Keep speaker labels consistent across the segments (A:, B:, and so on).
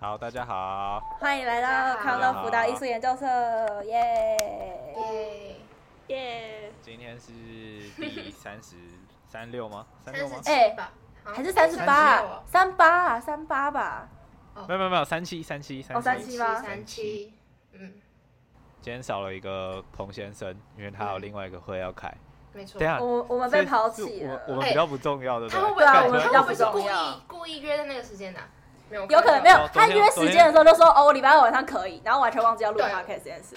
A: 好，大家好，
B: 欢迎来
C: 大家
B: 到
C: 好
B: 康乐辅导艺术研究社，耶
C: 耶，
D: 耶、
A: 今天是第三十三六吗？三
C: 三
A: 六
C: 十
A: 吗？
B: 哎
C: 七吧，好像
B: 还是三十八，
C: 哦
B: 三八啊三八吧，
A: 没有没有没有，三七三七
B: 哦
A: 三
B: 37
A: 七。
B: 吧
C: 三七，嗯，
A: 今天少了一个彭先生，因为他有另外一个会要开。
C: 没错
A: 等一。下，
B: 我我们
A: 啊所
B: 被
A: 以
B: 抛
A: 是
B: 弃
A: 我
B: 了
A: 们我。们
C: 哎
A: 比较不重要，对不
C: 他
A: 对？
C: 会不
B: 对
C: 会
B: 啊
A: 干
B: 我们
A: 突然
B: 要
C: 他
B: 不
C: 会不会是
B: 重
C: 故意
B: 要
C: 故意约在那个时间的啊？没有，
B: 有可能没有
A: 哦，昨
B: 他
A: 天
B: 约时间的时候就说哦，我礼拜二晚上可以，然后完全忘记要录
C: 对
B: podcast 这件事。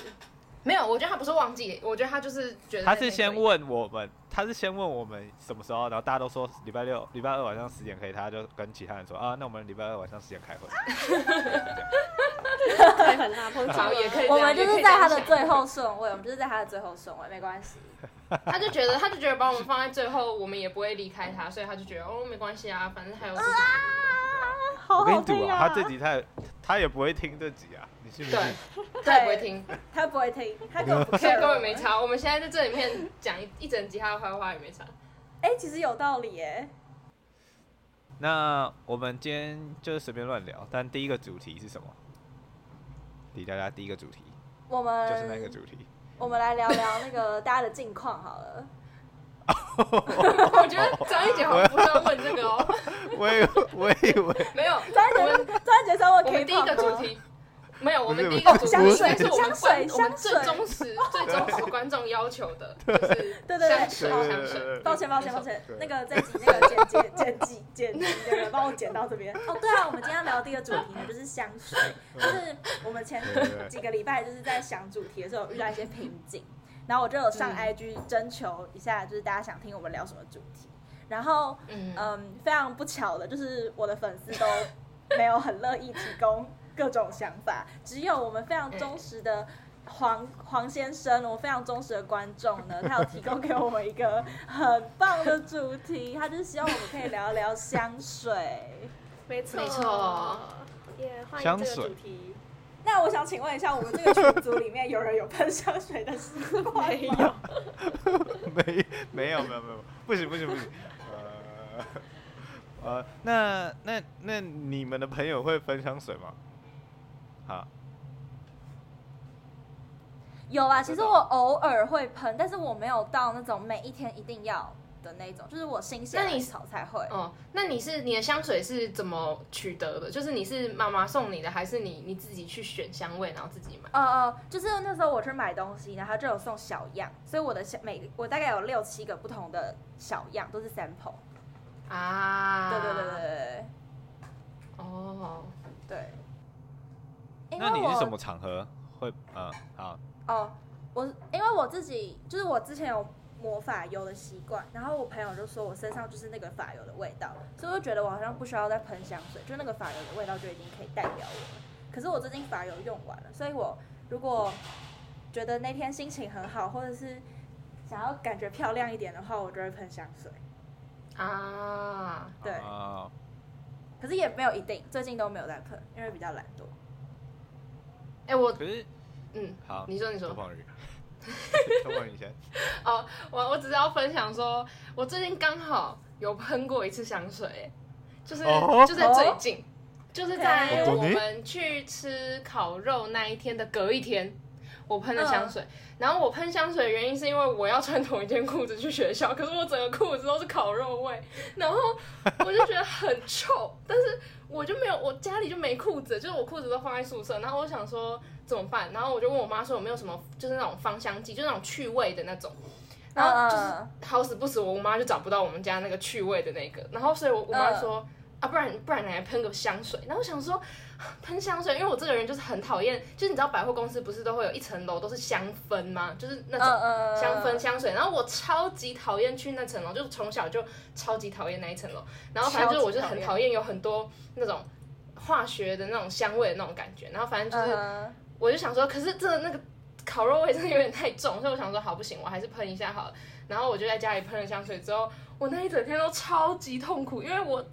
C: 没有。我觉得他不是忘记，我觉得他就是觉得
A: 他
C: 那天
A: 是先
C: 可以，
A: 问我们，他是先问我们什么时候，然后大家都说礼拜六、礼拜二晚上十点可以，他就跟其他人说啊，那我们礼拜二晚上十点开会。
D: 太狠啦，碰巧
C: 好也可以这样。
B: 我们就
C: 也可
B: 是
C: 以
B: 在他的
C: 这样想
B: 最，后顺位，我们就是在他的最后顺位，没关系。
C: 他就觉得他就觉得把我们放在最后，我们也不会离开他，所以他就觉得哦没关系啊，反正还有事情。
B: 好
A: 我跟你
B: 好
A: 赌
B: 听
A: 啊，他这集他也他也不会听这集啊，你信不信？
C: 对，他也不会 听，
B: 他不会听，他根本不
C: 所以
B: care，
C: 根本没。差。我们现在在这里面讲一一整集他的坏话也没差。
B: 哎，其实有道理耶。
A: 那我们今天就是随便乱聊，但第一个主题是什么？李佳佳第一个主题
B: 我
C: 呃
A: 就是那个
B: 们
A: 主题，
B: 我们来聊聊那个大家的近况好了。
C: 我觉得张一姐好像不是要问这个 哦，
A: 我以 我以为
C: 没有，
B: 张一
C: 我们
B: 杰，张一杰说我
C: 我
B: 可以
C: 们第一
B: 泡
C: 个主
B: 吗
C: 题没有，我们
A: 不
C: 第
A: 是
C: 一个主题
B: 香
C: 应该
B: 水
C: 是我们
B: 香
C: 观
B: 水
C: 我们
B: 香
C: 最
B: 水
C: 忠实、最忠实观众要求的，就是
B: 对对对
C: 香水
B: 对
C: 香
A: 对对
C: 水。
B: 抱歉，抱歉，抱歉
A: 对，
B: 那个这集那个剪剪剪辑剪辑的人帮我剪到这边。哦，对啊，我们今天要聊的第一个主题呢，就是香水，就是我们前
A: 对对对
B: 几个礼拜就是在想主题的时候有遇到一些瓶颈，然后我就有上
C: 嗯
B: IG 征求一下，就是大家想听我们聊什么主题，然后
C: 嗯，
B: 嗯，非常不巧的，就是我的粉丝 都没有很乐意提供各种想法，只有我们非常忠实的黄黄先生，我非常忠实的观众呢，他有提供给我们一个很棒的主题，他就是希望我们可以聊聊香水。
D: 没错，
C: 没错，
D: 耶、欢
A: 香
D: 迎这个
A: 水
D: 主题。
B: 那我想请问一下，我们这个群组里面有人有喷香水的习惯吗？
D: 没有，
A: 没没有没有没有，不行不行不行，呃呃，那那那你们的朋友会分香水吗？好，
B: 有啊，其实我偶尔会喷，但是我没有到那种每一天一定要的那种，就是我新鲜
C: 那你
B: 的草才会。
C: 哦，那你是你的香水是怎么取得的？就是你是妈妈送你的，还是你你自己去选香味，然后自己买？
B: 呃呃，就是那时候我去买东西，然后就有送小样，所以我的小每我大概有六七个不同的小样，都是 sample。
C: 啊，
B: 对对对对，对
C: 哦，
B: 对对。因
A: 那
B: 为
A: 你
B: 我
A: 是什么场合会？嗯，好，
B: 哦，我因为我自己就是我之前有抹发油的习惯，然后我朋友就说我身上就是那个发油的味道，所以我就觉得我好像不需要再喷香水，就那个发油的味道就已经可以代表我了。可是我最近发油用完了，所以我如果觉得那天心情很好，或者是想要感觉漂亮一点的话，我就会喷香水。
C: 啊，
B: 对
A: 啊，
B: 可是也没有一定，最近都没有在喷，因为比较懒惰。
C: 哎，我
A: 可是
C: 嗯，
A: 好，
C: 你说你
A: 周
C: 说。
A: 鹏宇，周鹏宇先，
C: 我我只是要分享说，我最近刚好有喷过一次香水，欸就是、
A: 哦
C: 就在最近，就是在
A: OK
C: 我们去吃烤肉那一天的隔一天，我喷了
A: 嗯
C: 香水。然后我喷香水的原因是因为我要穿同一件裤子去学校，可是我整个裤子都是烤肉味，然后我就觉得很臭，但是我就没有，我家里就没裤子，就是我裤子都放在宿舍，然后我想说怎么办，然后我就问我妈说有没有什么就是那种芳香剂，就是那种去味的那种，然后就是
B: 嗯
C: 好死不死，我妈就找不到我们家那个去味的那个，然后所以我我妈
B: 嗯
C: 说、啊，不然不然你来喷个香水。然后我想说 喷香水，因为我这个人就是很讨厌，就是你知道百货公司不是都会有一层楼都是香氛吗？就是
B: 嗯
C: 那种
B: 嗯
C: 香氛香水，然后我超级讨厌去那层楼，就是从小就超级讨厌那一层楼。然后反正就是我就是很讨厌有很多那种化学的那种香味的那种感觉。然后反正就是
B: 嗯
C: 我就想说，可是这那个烤肉味真的有点太重，所以我想说好不行，我还是喷一下好了。然后我就在家里喷了香水之后，我那一整天都超级痛苦，因为我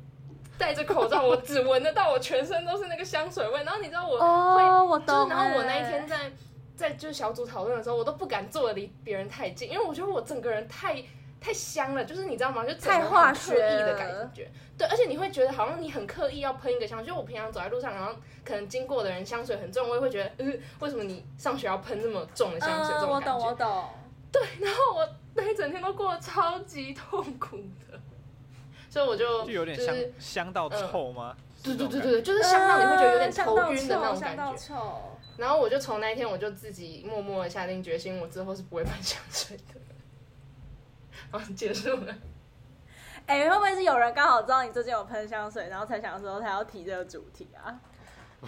C: 戴着口罩，我只闻得到我全身都是那个香水味。然后你知道我
B: 哦，我
C: 就
B: 懂欸
C: 是，
B: 了。
C: 然后我那一天在在就是小组讨论的时候，我都不敢坐的离别人太近，因为我觉得我整个人太太香了，就是你知道吗？就整个
B: 太化
C: 很刻意的
B: 学了
C: 感觉。对，而且你会觉得好像你很刻意要喷一个香水，就我平常走在路上，然后可能经过的人香水很重，我也会觉得，呃，为什么你上学要喷这么重的香水？这
B: 嗯，
C: 种
B: 我
C: 感
B: 懂
C: 觉。
B: 我懂。
C: 然后我那一整天都过得超级痛苦的，所以我就
A: 就有点
C: 是
A: 香香到
C: 嗯
A: 臭吗？
C: 对
A: 是这种
C: 对对
A: 感
C: 对对，就是香到你会觉得有点头晕的那种
B: 嗯香
C: 感
B: 嗯到
C: 觉。
B: 臭。
C: 然后我就从那一天我就自己默默的下定决心，我之后是不会喷香水的。然后结束了，
B: 哎、会不会是有人刚好知道你最近有喷香水，然后才想说他要提这个主题啊？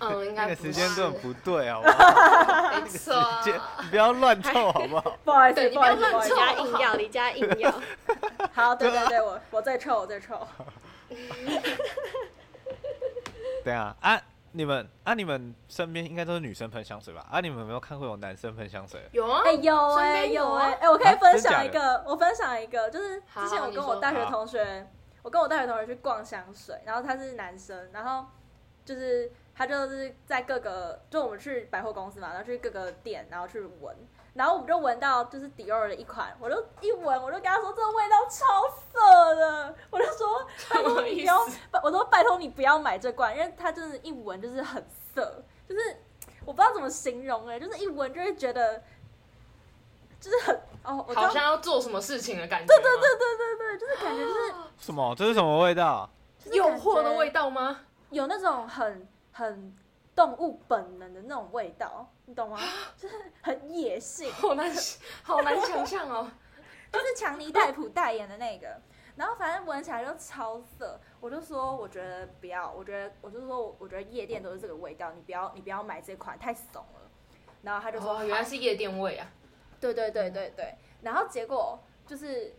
C: 嗯，应
A: 那
C: 该
A: 个
C: 不是
A: 时间段不对，好不好？
C: 没错。
A: 这你不要乱凑，好不 好？
B: 不好意思，
C: 对
B: 不好意
C: 你不
B: 思，不好意思
C: 要乱
D: 离
C: 凑。
D: 家 硬要，离家硬要。
B: 好，对对对，我我最臭，我最臭。
A: 对啊，啊，你们啊，你们身边应该都是女生喷香水吧？啊，你们有没有看过有男生喷香水？
C: 有啊
B: 哎、，有
C: 身
B: 哎、
C: 边有
B: 有
C: 啊
B: 哎、哎、我可以
A: 啊
B: 分
A: 真假
B: 享一个，我分享一个，就是
C: 好
B: 之前
C: 好
B: 我
C: 你
B: 跟我
C: 说
B: 大学
A: 好
B: 同学，我跟我大学同学去逛香水，然后他是男生，然后就是他就是在各个，就我们去百货公司嘛，然后去各个店，然后去闻。然后我们就闻到就是 Dior 的一款，我就一闻我就跟他说这味道超色的，我就 说拜托你不要
C: 什么意思，
B: 拜我说拜托你不要买这罐，因为它就是一闻就是很涩，就是我不知道怎么形容哎、就是一闻就会觉得就是很哦，我知道
C: 好像要做什么事情的感觉。啊对对
B: 对对对对，就是感觉就是
A: 什么？这是什么味 道？
B: 就是
C: 哦诱
B: 感觉
C: 惑的味道吗？
B: 有那种很很动物本能的那种味道，你懂吗？ 就是很野性。
C: 好难，好难想象哦。
B: 就是强尼戴普代言的那个。然后反正闻起来就超涩，我就说我觉得不要，我觉得我就说我觉得夜店都是这个味道，你不要你不要买这款太怂了。然后他就说、
C: 哦，原来
B: 好
C: 是夜店味啊。
B: 对对对对对。然后结果就是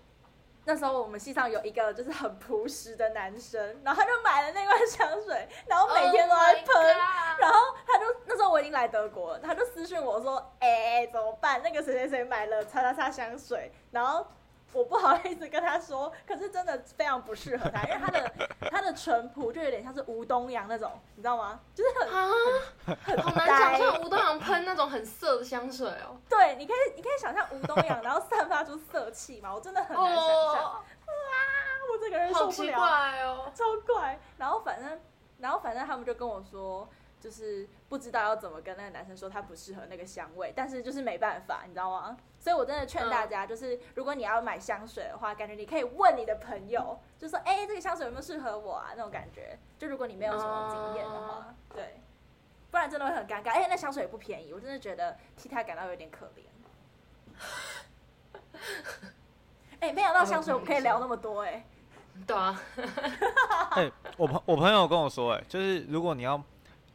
B: 那时候我们系上有一个就是很朴实的男生，然后他就买了那罐香水，然后每天都在喷。
C: 喷。
B: 然后他就那时候我已经来德国了，他就私讯我说：“哎、怎么办？那个谁谁谁买了叉叉叉香水。”然后我不好意思跟他说，可是真的非常不适合他，因为他的他的淳朴就有点像是吴东阳那种，你知道吗？就是很
C: 啊，好难想象吴东阳喷那种很涩的香水哦。
B: 对，你可以你可以想象吴东阳，然后散发出色气嘛，我真的很难想象，
C: 哦，
B: 我这个人受
C: 好
B: 不
C: 奇
B: 了。
C: 怪哦。
B: 超怪。然后反正，然后反正他们就跟我说，就是不知道要怎么跟那个男生说他不适合那个香味，但是就是没办法，你知道吗？所以我真的劝大
C: 嗯
B: 家，就是如果你要买香水的话，感觉你可以问你的朋友，就说哎、这个香水有没有适合我啊？那种感觉。就如果你没有什么经验的
C: 哦
B: 话，对，不然真的会很尴尬。而且那香水也不便宜，我真的觉得替他感到有点可 怜。哎、没想到香水我们可以聊那么多哎、
C: 对啊，
A: 哎、我朋我朋友跟我说、哎，就是如果你要，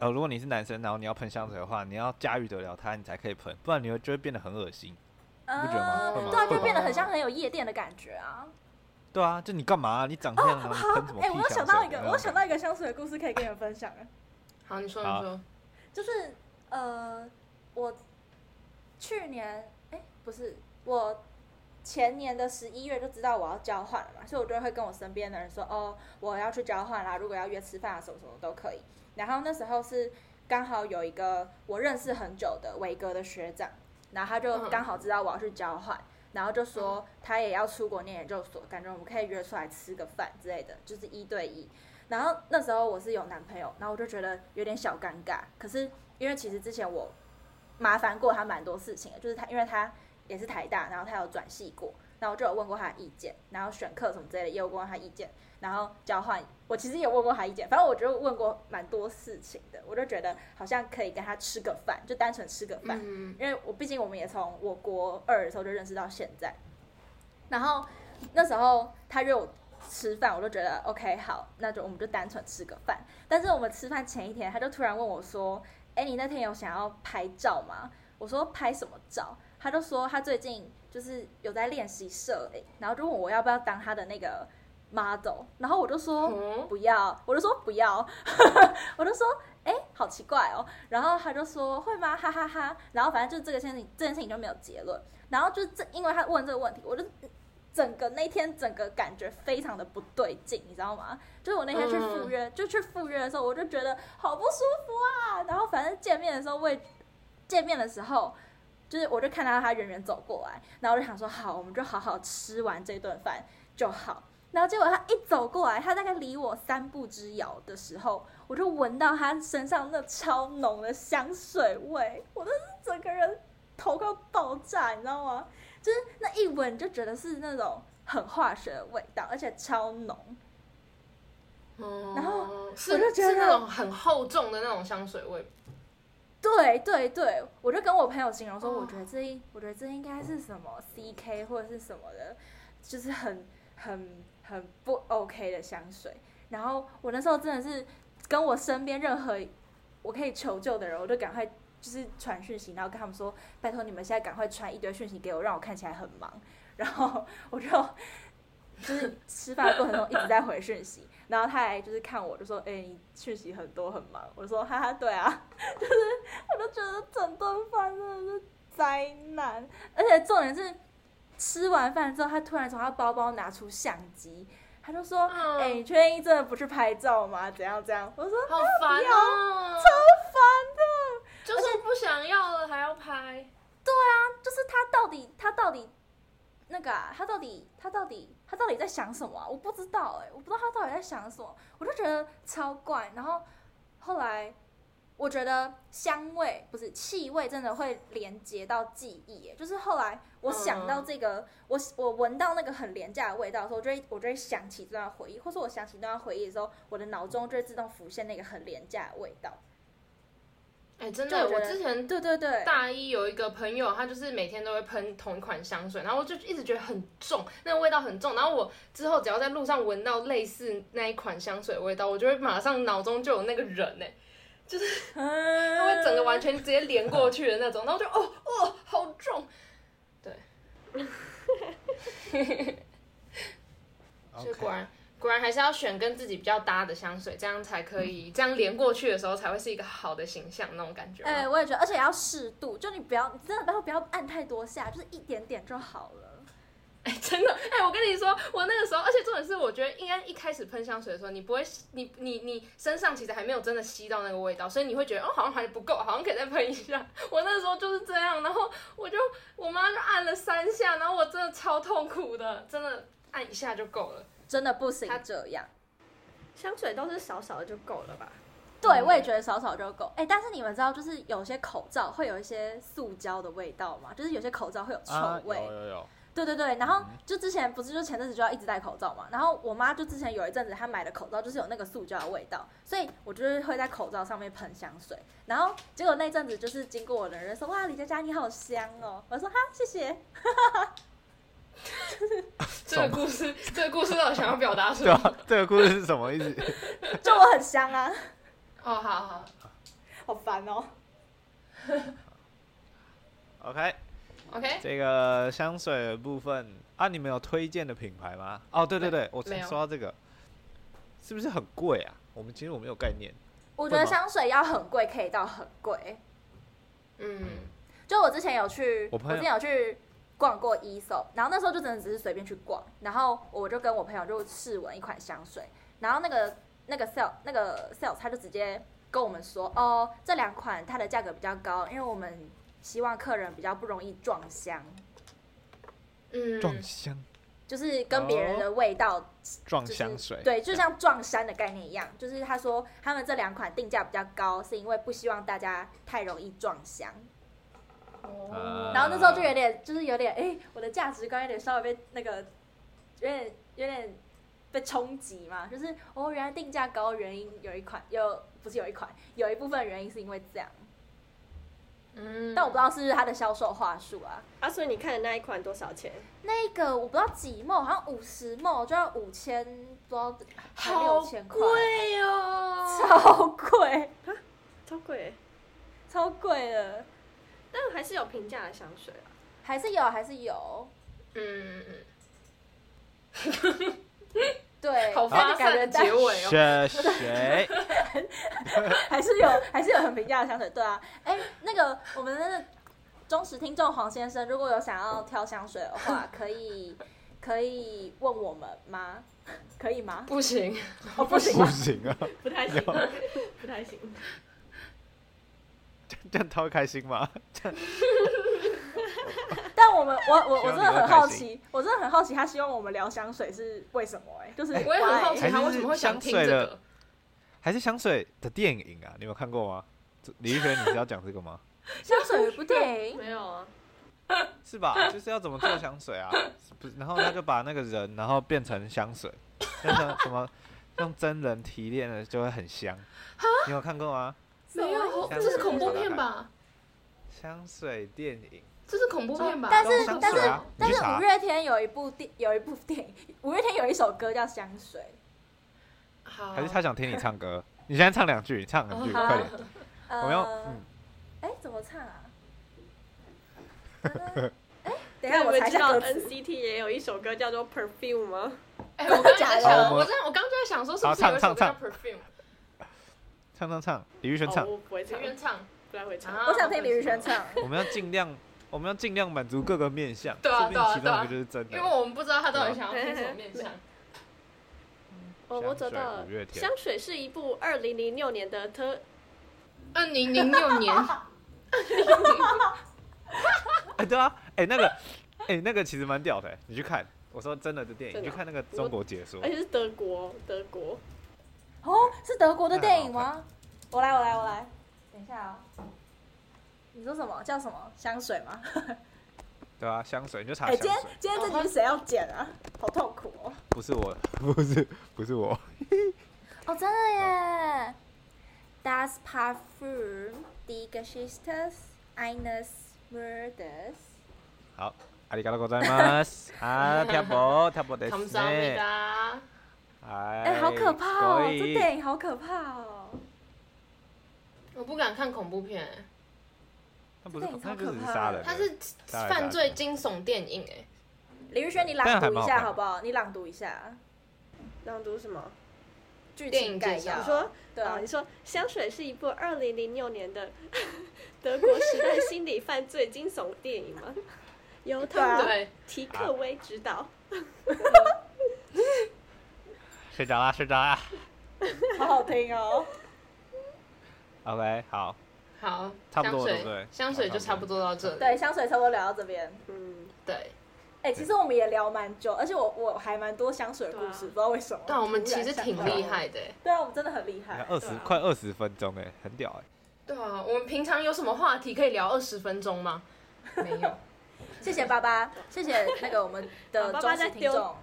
A: 呃，如果你是男生，然后你要喷香水的话，你要驾驭得了它，你才可以喷，不然你会就会变得很恶心。不觉得吗
B: 啊
C: 会吗
B: 对啊，
C: 会
B: 就
C: 吗
B: 变得很像很有夜店的感觉啊。
A: 对啊，就你干嘛、你长这样， 然后你喷什么
B: 哎、
A: 屁香
B: 我又
A: 水？
B: 想到一个，我又想
A: 到
B: 到一个香水的故事可以跟你们分享哎，
C: 好，你说
A: 好
C: 你说。
B: 就是呃，我去年哎、不是我前年的十一月就知道我要交换了嘛，所以我就会跟我身边的人说，哦，我要去交换啦，如果要约吃饭啊，什么什么都可以。然后那时候是刚好有一个我认识很久的维格的学长，然后他就
C: 嗯
B: 刚好知道我要去交换，然后就说他也要出国念研究所，感觉我们可以约出来吃个饭之类的，就是一对一。然后那时候我是有男朋友，然后我就觉得有点小尴尬，可是因为其实之前我麻烦过他蛮多事情的，就是他因为他也是台大，然后他有转系过，然后我就有问过他的意见，然后选课什么之类的也有问他意见，然后交换，我其实也问过他意见，反正我就问过蛮多事情的，我就觉得好像可以跟他吃个饭，就单纯吃个饭，
C: 嗯，
B: 因为我毕竟我们也从我国二的时候就认识到现在，然后那时候他约我吃饭，我就觉得 OK 好，那就我们就单纯吃个饭。但是我们吃饭前一天，他就突然问我说：“哎、你那天有想要拍照吗？”我说：“拍什么照？”他就说他最近就是有在练习摄影，然后就问我要不要当他的那个 model，然后我就说。
C: 哦，
B: 不要，我就说不要， 我就说哎、好奇怪哦。然后他就说会吗？哈哈哈然后反正就这个事情，这件事情就没有结论。然后就这，因为他问这个问题，我就嗯整个那天整个感觉非常的不对劲，你知道吗？就是我那天去赴约，就去赴约的时候，我就觉得好不舒服啊。然后反正见面的时候，我也见面的时候，就是我就看到他远远走过来，然后我就想说好，我们就好好吃完这顿饭就好。然后结果他一走过来，他大概离我三步之遥的时候，我就闻到他身上那超浓的香水味，我真是整个人头快爆炸，你知道吗？就是那一闻就觉得是那种很化学的味道，而且超浓。
C: 哦
B: 然后
C: 是
B: 我就觉得
C: 是那种很厚重的那种香水味，
B: 对对对，我就跟我朋友形容说，
C: 哦
B: 我觉得这一，我觉得这应该是什么 CK 或者是什么的，就是很很很不 OK 的香水。然后我那时候真的是跟我身边任何我可以求救的人，我就赶快就是传讯息，然后跟他们说，拜托你们现在赶快传一堆讯息给我，让我看起来很忙。然后我就就是吃饭的过程中一直在回讯息，然后他还就是看我就说，哎、你讯息很多很忙，我说哈哈，对啊，就是我就觉得整顿饭真的是灾难，而且重点是吃完饭之后，他突然从他包包拿出相机，他就说，哎、
C: 嗯
B: 你确定真的不去拍照吗？怎样怎样？我说
C: 好烦哦、
B: 超烦的，
C: 就是不想要了还要拍，
B: 就是他到底他到底那个、啊、他到底他到底他到底在想什么、啊？我不知道哎、我不知道他到底在想什么，我就觉得超怪。然后后来我觉得香味不是气味，真的会连接到记忆、欸。就是后来我想
C: 嗯
B: 到这个，我我闻到那个很廉价的味道的时候，我就会我就会想起这段回忆，或是我想起这段回忆的时候，我的脑中就会自动浮现那个很廉价的味道。
C: 哎、真
B: 就
C: 的，
B: 我觉
C: 我
B: 得
C: 之前
B: 对对对，
C: 大一有一个朋友，他就是每天都会喷同一款香水，然后我就一直觉得很重，那个味道很重。然后我之后只要在路上闻到类似那一款香水的味道，我就会马上脑中就有那个人呢、欸
B: 嗯
C: 他会整个完全直接连过去的那种。然后我就哦哦，好重，就
A: OK
C: 果然果然还是要选跟自己比较搭的香水，这样才可以，这样连过去的时候才会是一个好的形象那种感觉。
B: 哎、我也觉得，而且也要适度，就你不要，你真的不要不要按太多下，就是一点点就好了。
C: 哎、真的，哎、我跟你说，我那个时候，而且重点是，我觉得应该一开始喷香水的时候，你不会，你你你身上其实还没有真的吸到那个味道，所以你会觉得，哦，好像还不够，好像可以再喷一下。 我那时候就是这样，然后我就我妈就按了三下，然后我真的超痛苦的，真的按一下就够了。
B: 真的不行
C: 它
B: 这样。
D: 香水都是少少的就够了吧？
B: 对，
A: 嗯
B: 我也觉得少少就够。哎、但是你们知道，就是有些口罩会有一些塑胶的味道嘛，就是有些口罩会有臭
A: 啊，有
B: 味。
A: 有有，
B: 对对对，然后
A: 嗯
B: 就之前不是就前阵子就要一直戴口罩嘛，然后我妈就之前有一阵子她买的口罩就是有那个塑胶的味道，所以我就是会在口罩上面喷香水，然后结果那阵子就是经过我的人说哇李佳佳你好香哦，我说哈谢谢，
C: 这个故事，这个故事到底想要表达什
A: 对
C: 么？
A: 啊，这个故事是什么意思？
B: 就我很香啊，
C: 哦，好好，
B: 好烦哦。
A: OK，
C: ，OK，
A: 这个香水的部分啊，你们有推荐的品牌吗？哦，对对对，我
C: 没有
A: 说到这个，是不是很贵啊？我们其实我没有概念。
B: 我觉
A: 会
B: 得
A: 吗
B: 香水要很贵，可以到很贵。
C: 嗯，
B: 就我之前有去，
A: 我
B: 我
A: 朋友
B: 之前有去逛过 e s o 然后那时候就真的只是随便去逛，然后我就跟我朋友就试闻一款香水，然后那个那个 sale 那个 sales 他就直接跟我们说，哦，这两款它的价格比较高，因为我们希望客人比较不容易撞香，
C: 嗯，
A: 撞香
B: 就是跟别
A: 哦
B: 人的味道
A: 撞
B: 就是
A: 香水，
B: 对，就像撞衫的概念一样，就是他说他们这两款定价比较高，是因为不希望大家太容易撞香。
A: 呃啊
C: 哦
B: 然后那时候就有点，就是有点，哎、我的价值观有点稍微被那个，有点有点被冲击嘛，就是哦，原来定价高的原因有一款，有不是有一款，有一部分原因是因为这样，
C: 嗯
B: 但我不知道是不是它的销售话术啊。
D: 啊，所以你看的那一款多少钱？
B: 那个我不知道几毛，好像五十毛就要五千，不知道还
C: 好哦
B: 六千块，
C: 贵哦，
B: 超贵，
D: 超贵耶，
B: 超贵的，
D: 但还是有平价的香水啊。
B: 还是有，还是有。
C: 嗯。嗯
B: 对，
C: 好
B: 但是
C: 发
B: 感觉
C: 散的结尾哦。
A: 是谁？
B: 还是有，还是有很平价的香水，对啊。哎、那个我们的忠实听众黄先生，如果有想要挑香水的 话，可以可以问我们吗？可以 吗？
C: 不行，
B: 哦，不行
A: 不
B: 吗？
A: 行啊，
D: 不太行， 不太行。
A: 这样他会开心吗？
B: 们，我我
A: 希
B: 我
A: 望
B: 真
A: 你
B: 的
A: 会
B: 很
A: 开
B: 好
A: 心
B: 奇，我真的很好奇，他希望我们聊香水是为什么、哎，就是
A: 哎
C: 我也很好奇
A: 还
C: 他
A: 是
C: 为什么会想听
A: 香
C: 这
A: 水的
C: 个。
A: 还是香水的电影啊？你有看过吗？这李玉轩，你是要讲这个吗？
B: 香水有一部电影，
D: 没有啊，
A: 是 吧？就是要怎么做香水啊？是不是，然后他就把那个人，然后变成香水，变成什么用真人提炼的就会很香。你有看过吗？
C: 没有，
A: 香
C: 这是
A: 水
C: 恐怖
A: 手打
C: 片
A: 开
C: 吧？
A: 香水电影，
C: 这哦是恐怖片吧？
B: 但
A: 都
B: 是
A: 香
B: 但是
A: 水啊
B: 但
A: 你去
B: 是
A: 查
B: 五月天有一部电有一部电影，五月天有一首歌叫《香水》，
C: 好，
A: 还是他想听你唱歌？你现在唱两句，你唱两句，
C: 哦好
A: 快点！
B: 呃，
A: 我们要嗯，
B: 哎、怎么唱啊？噔 噔哎、等一
D: 那
B: 下
D: 你
B: 我
D: 们
B: 查一
D: 知
B: 下
D: 道
B: 歌词。
D: NCT 也有一首歌叫做 Perfume 吗？
C: 哎，我刚刚
B: 假
C: 在
B: 的
A: 好
C: 想，
A: 哦我
C: 我
A: 们
C: 在我刚刚就在想说，是不
A: 好
C: 是有一首
A: 唱
C: 歌
A: 唱
C: 叫 Perfume？
A: 唱唱唱，李玉轩唱
D: 哦。我不会
C: 随
D: 唱，
C: 便唱
D: 不太会唱。
C: 啊！
B: 我想听李宇轩唱，
A: 我们要尽量，我们要尽量满足各个面向，
C: 对啊
A: 说不定
C: 对啊
A: 其中
C: 对
A: 一
C: 啊
A: 个就是真的
C: 因为。我们不知道他到底想要听什么面向。
D: 哦我我找到
A: 香水
D: 了
A: 五月，天
D: 香水是一部二零零六年的特
C: 二零零六年，
A: 哎，对啊，哎那个，哎那个其实蛮屌的，你去看。我说真的的电影，
D: 真
A: 你
D: 的
A: 去看那个中国解说
C: 哎
D: 而。哎且是德国，德国。
B: 哦，是德国的
A: 那还蛮
B: 电影吗？我来，我来，我来，等一下啊、你说什么？叫什么？香水吗？
A: 对啊，香水你就查
B: 哎、
A: 香
B: 今天
A: 水，
B: 今天这集谁要剪啊？好痛苦哦！
A: 不是我， 不是不是我。
B: 哦，真的耶。Das Parfüm, die Geschichte eines Mörders。
A: 好，阿里嘎多ござい ます。啊，跳波跳波的
C: 他们上
A: 呢。
C: 面的，
B: 哎、
A: 哎
B: 好可怕哦！这
A: 影。
B: 电影好可怕哦。
C: 我不敢看恐怖片，
A: 那不是
B: 这
A: 那
B: 电影，超
A: 就只是
B: 可怕
A: 杀
B: 的
A: 人。
C: 它是犯罪惊悚电影哎。
B: 李宇轩，你
A: 但
B: 朗
A: 还蛮
B: 读一
A: 好
B: 下
A: 看
B: 好
A: 的
B: 不好？你朗读一下
D: 朗读什么？
B: 剧
C: 电
B: 情
C: 影哦
B: 概
C: 介
B: 要。
C: 绍
D: 你说
B: 对啊
D: 啊，你，说香水是一部二零零六年的 德国时代心理犯罪惊悚电影 吗？由
B: 啊
D: 汤姆·
C: 对，啊
D: 提克威执导。
A: 睡着啦，睡着啦。
B: 好好听哦。
A: OK，好，
C: 好，
A: 差不
C: 香
A: 多了对
C: 水
A: 不对
C: 香水就差不多到这里。
B: 对，香水差不多聊到这边。
D: 嗯，
C: 对，
B: 哎、其实我们也聊蛮久，而且我我还蛮多香水的故事，
D: 对啊
B: 不知道为什么。
C: 但我们
B: 突然
C: 其实
B: 想
C: 挺
B: 到
C: 厉。害的欸。
B: 对啊，我们真的很厉害。
A: 二十
D: 对啊
A: 快二十分钟哎，很屌哎。
C: 对啊，我们平常有什么话题可以聊二十分钟吗？ 没有。
B: 谢谢爸爸，谢谢那个我们的
D: 好爸爸
B: 忠实
D: 在
B: 听
D: 丢
B: 众。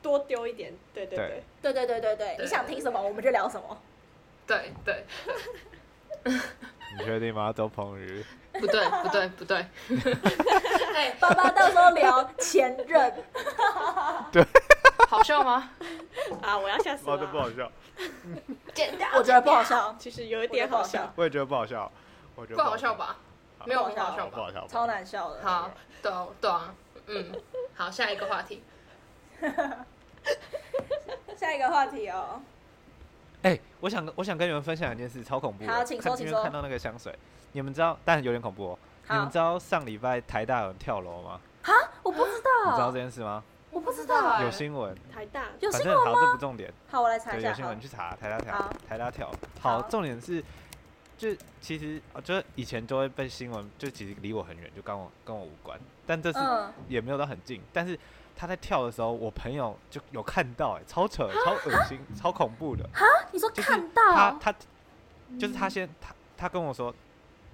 D: 多丢一点。对对
A: 对
B: 对
D: 对，
B: 对对对对，
C: 对
B: 你想听什么我们就聊什么。
C: 对对，
A: 你确定吗？周鹏宇，
C: 不对不对不 对。哎，
B: 爸爸到时候聊前任，
C: 好笑吗？
D: 啊，我要吓死
A: 我哦觉得不
D: 了。
A: 好笑，
C: 剪掉，
B: 我觉得不好笑，
D: 其实有一点好笑，
A: 我也觉得不好笑，我觉得
C: 不好笑？吧？没有很好笑
A: 不好
C: 吧？
A: 笑，
B: 超难笑的。
C: 好，对啊对啊，嗯，好，下一个话题。
B: 下一个话题哦，
A: 哎、我想我想跟你们分享一件事，超恐怖的。
B: 好请说
A: 看
B: 请
A: 今天
B: 说
A: 看到那个香水，你们知道，但有点恐怖哦。
B: 好
A: 你们知道上礼拜台大有人跳楼吗？
B: 我不知
A: 你知道
B: 道
A: 这，件事吗？
B: 我不知
C: 不知
B: 道
C: 道，哎
A: 有新闻，
D: 台大
B: 有
A: 反
B: 新
A: 正
B: 闻
A: 好，这
B: 吗
A: 不？重点。
B: 好，我来查一
A: 对，
B: 下。
A: 有新
B: 好
A: 闻，去查台大跳
B: 好，
A: 台大跳。好，
B: 好
A: 重点是，就其实啊，就是以前就会被新闻，就其实离我很远，就跟我跟我无关。但这次
B: 嗯，
A: 也没有到很近，但是他在跳的时候，我朋友就有看到、哎，超扯，超恶心，超恐怖的。
B: 你说
A: 就是
B: 看
A: 他
B: 到，
A: 他就是
B: 嗯
A: 他先他他跟我说，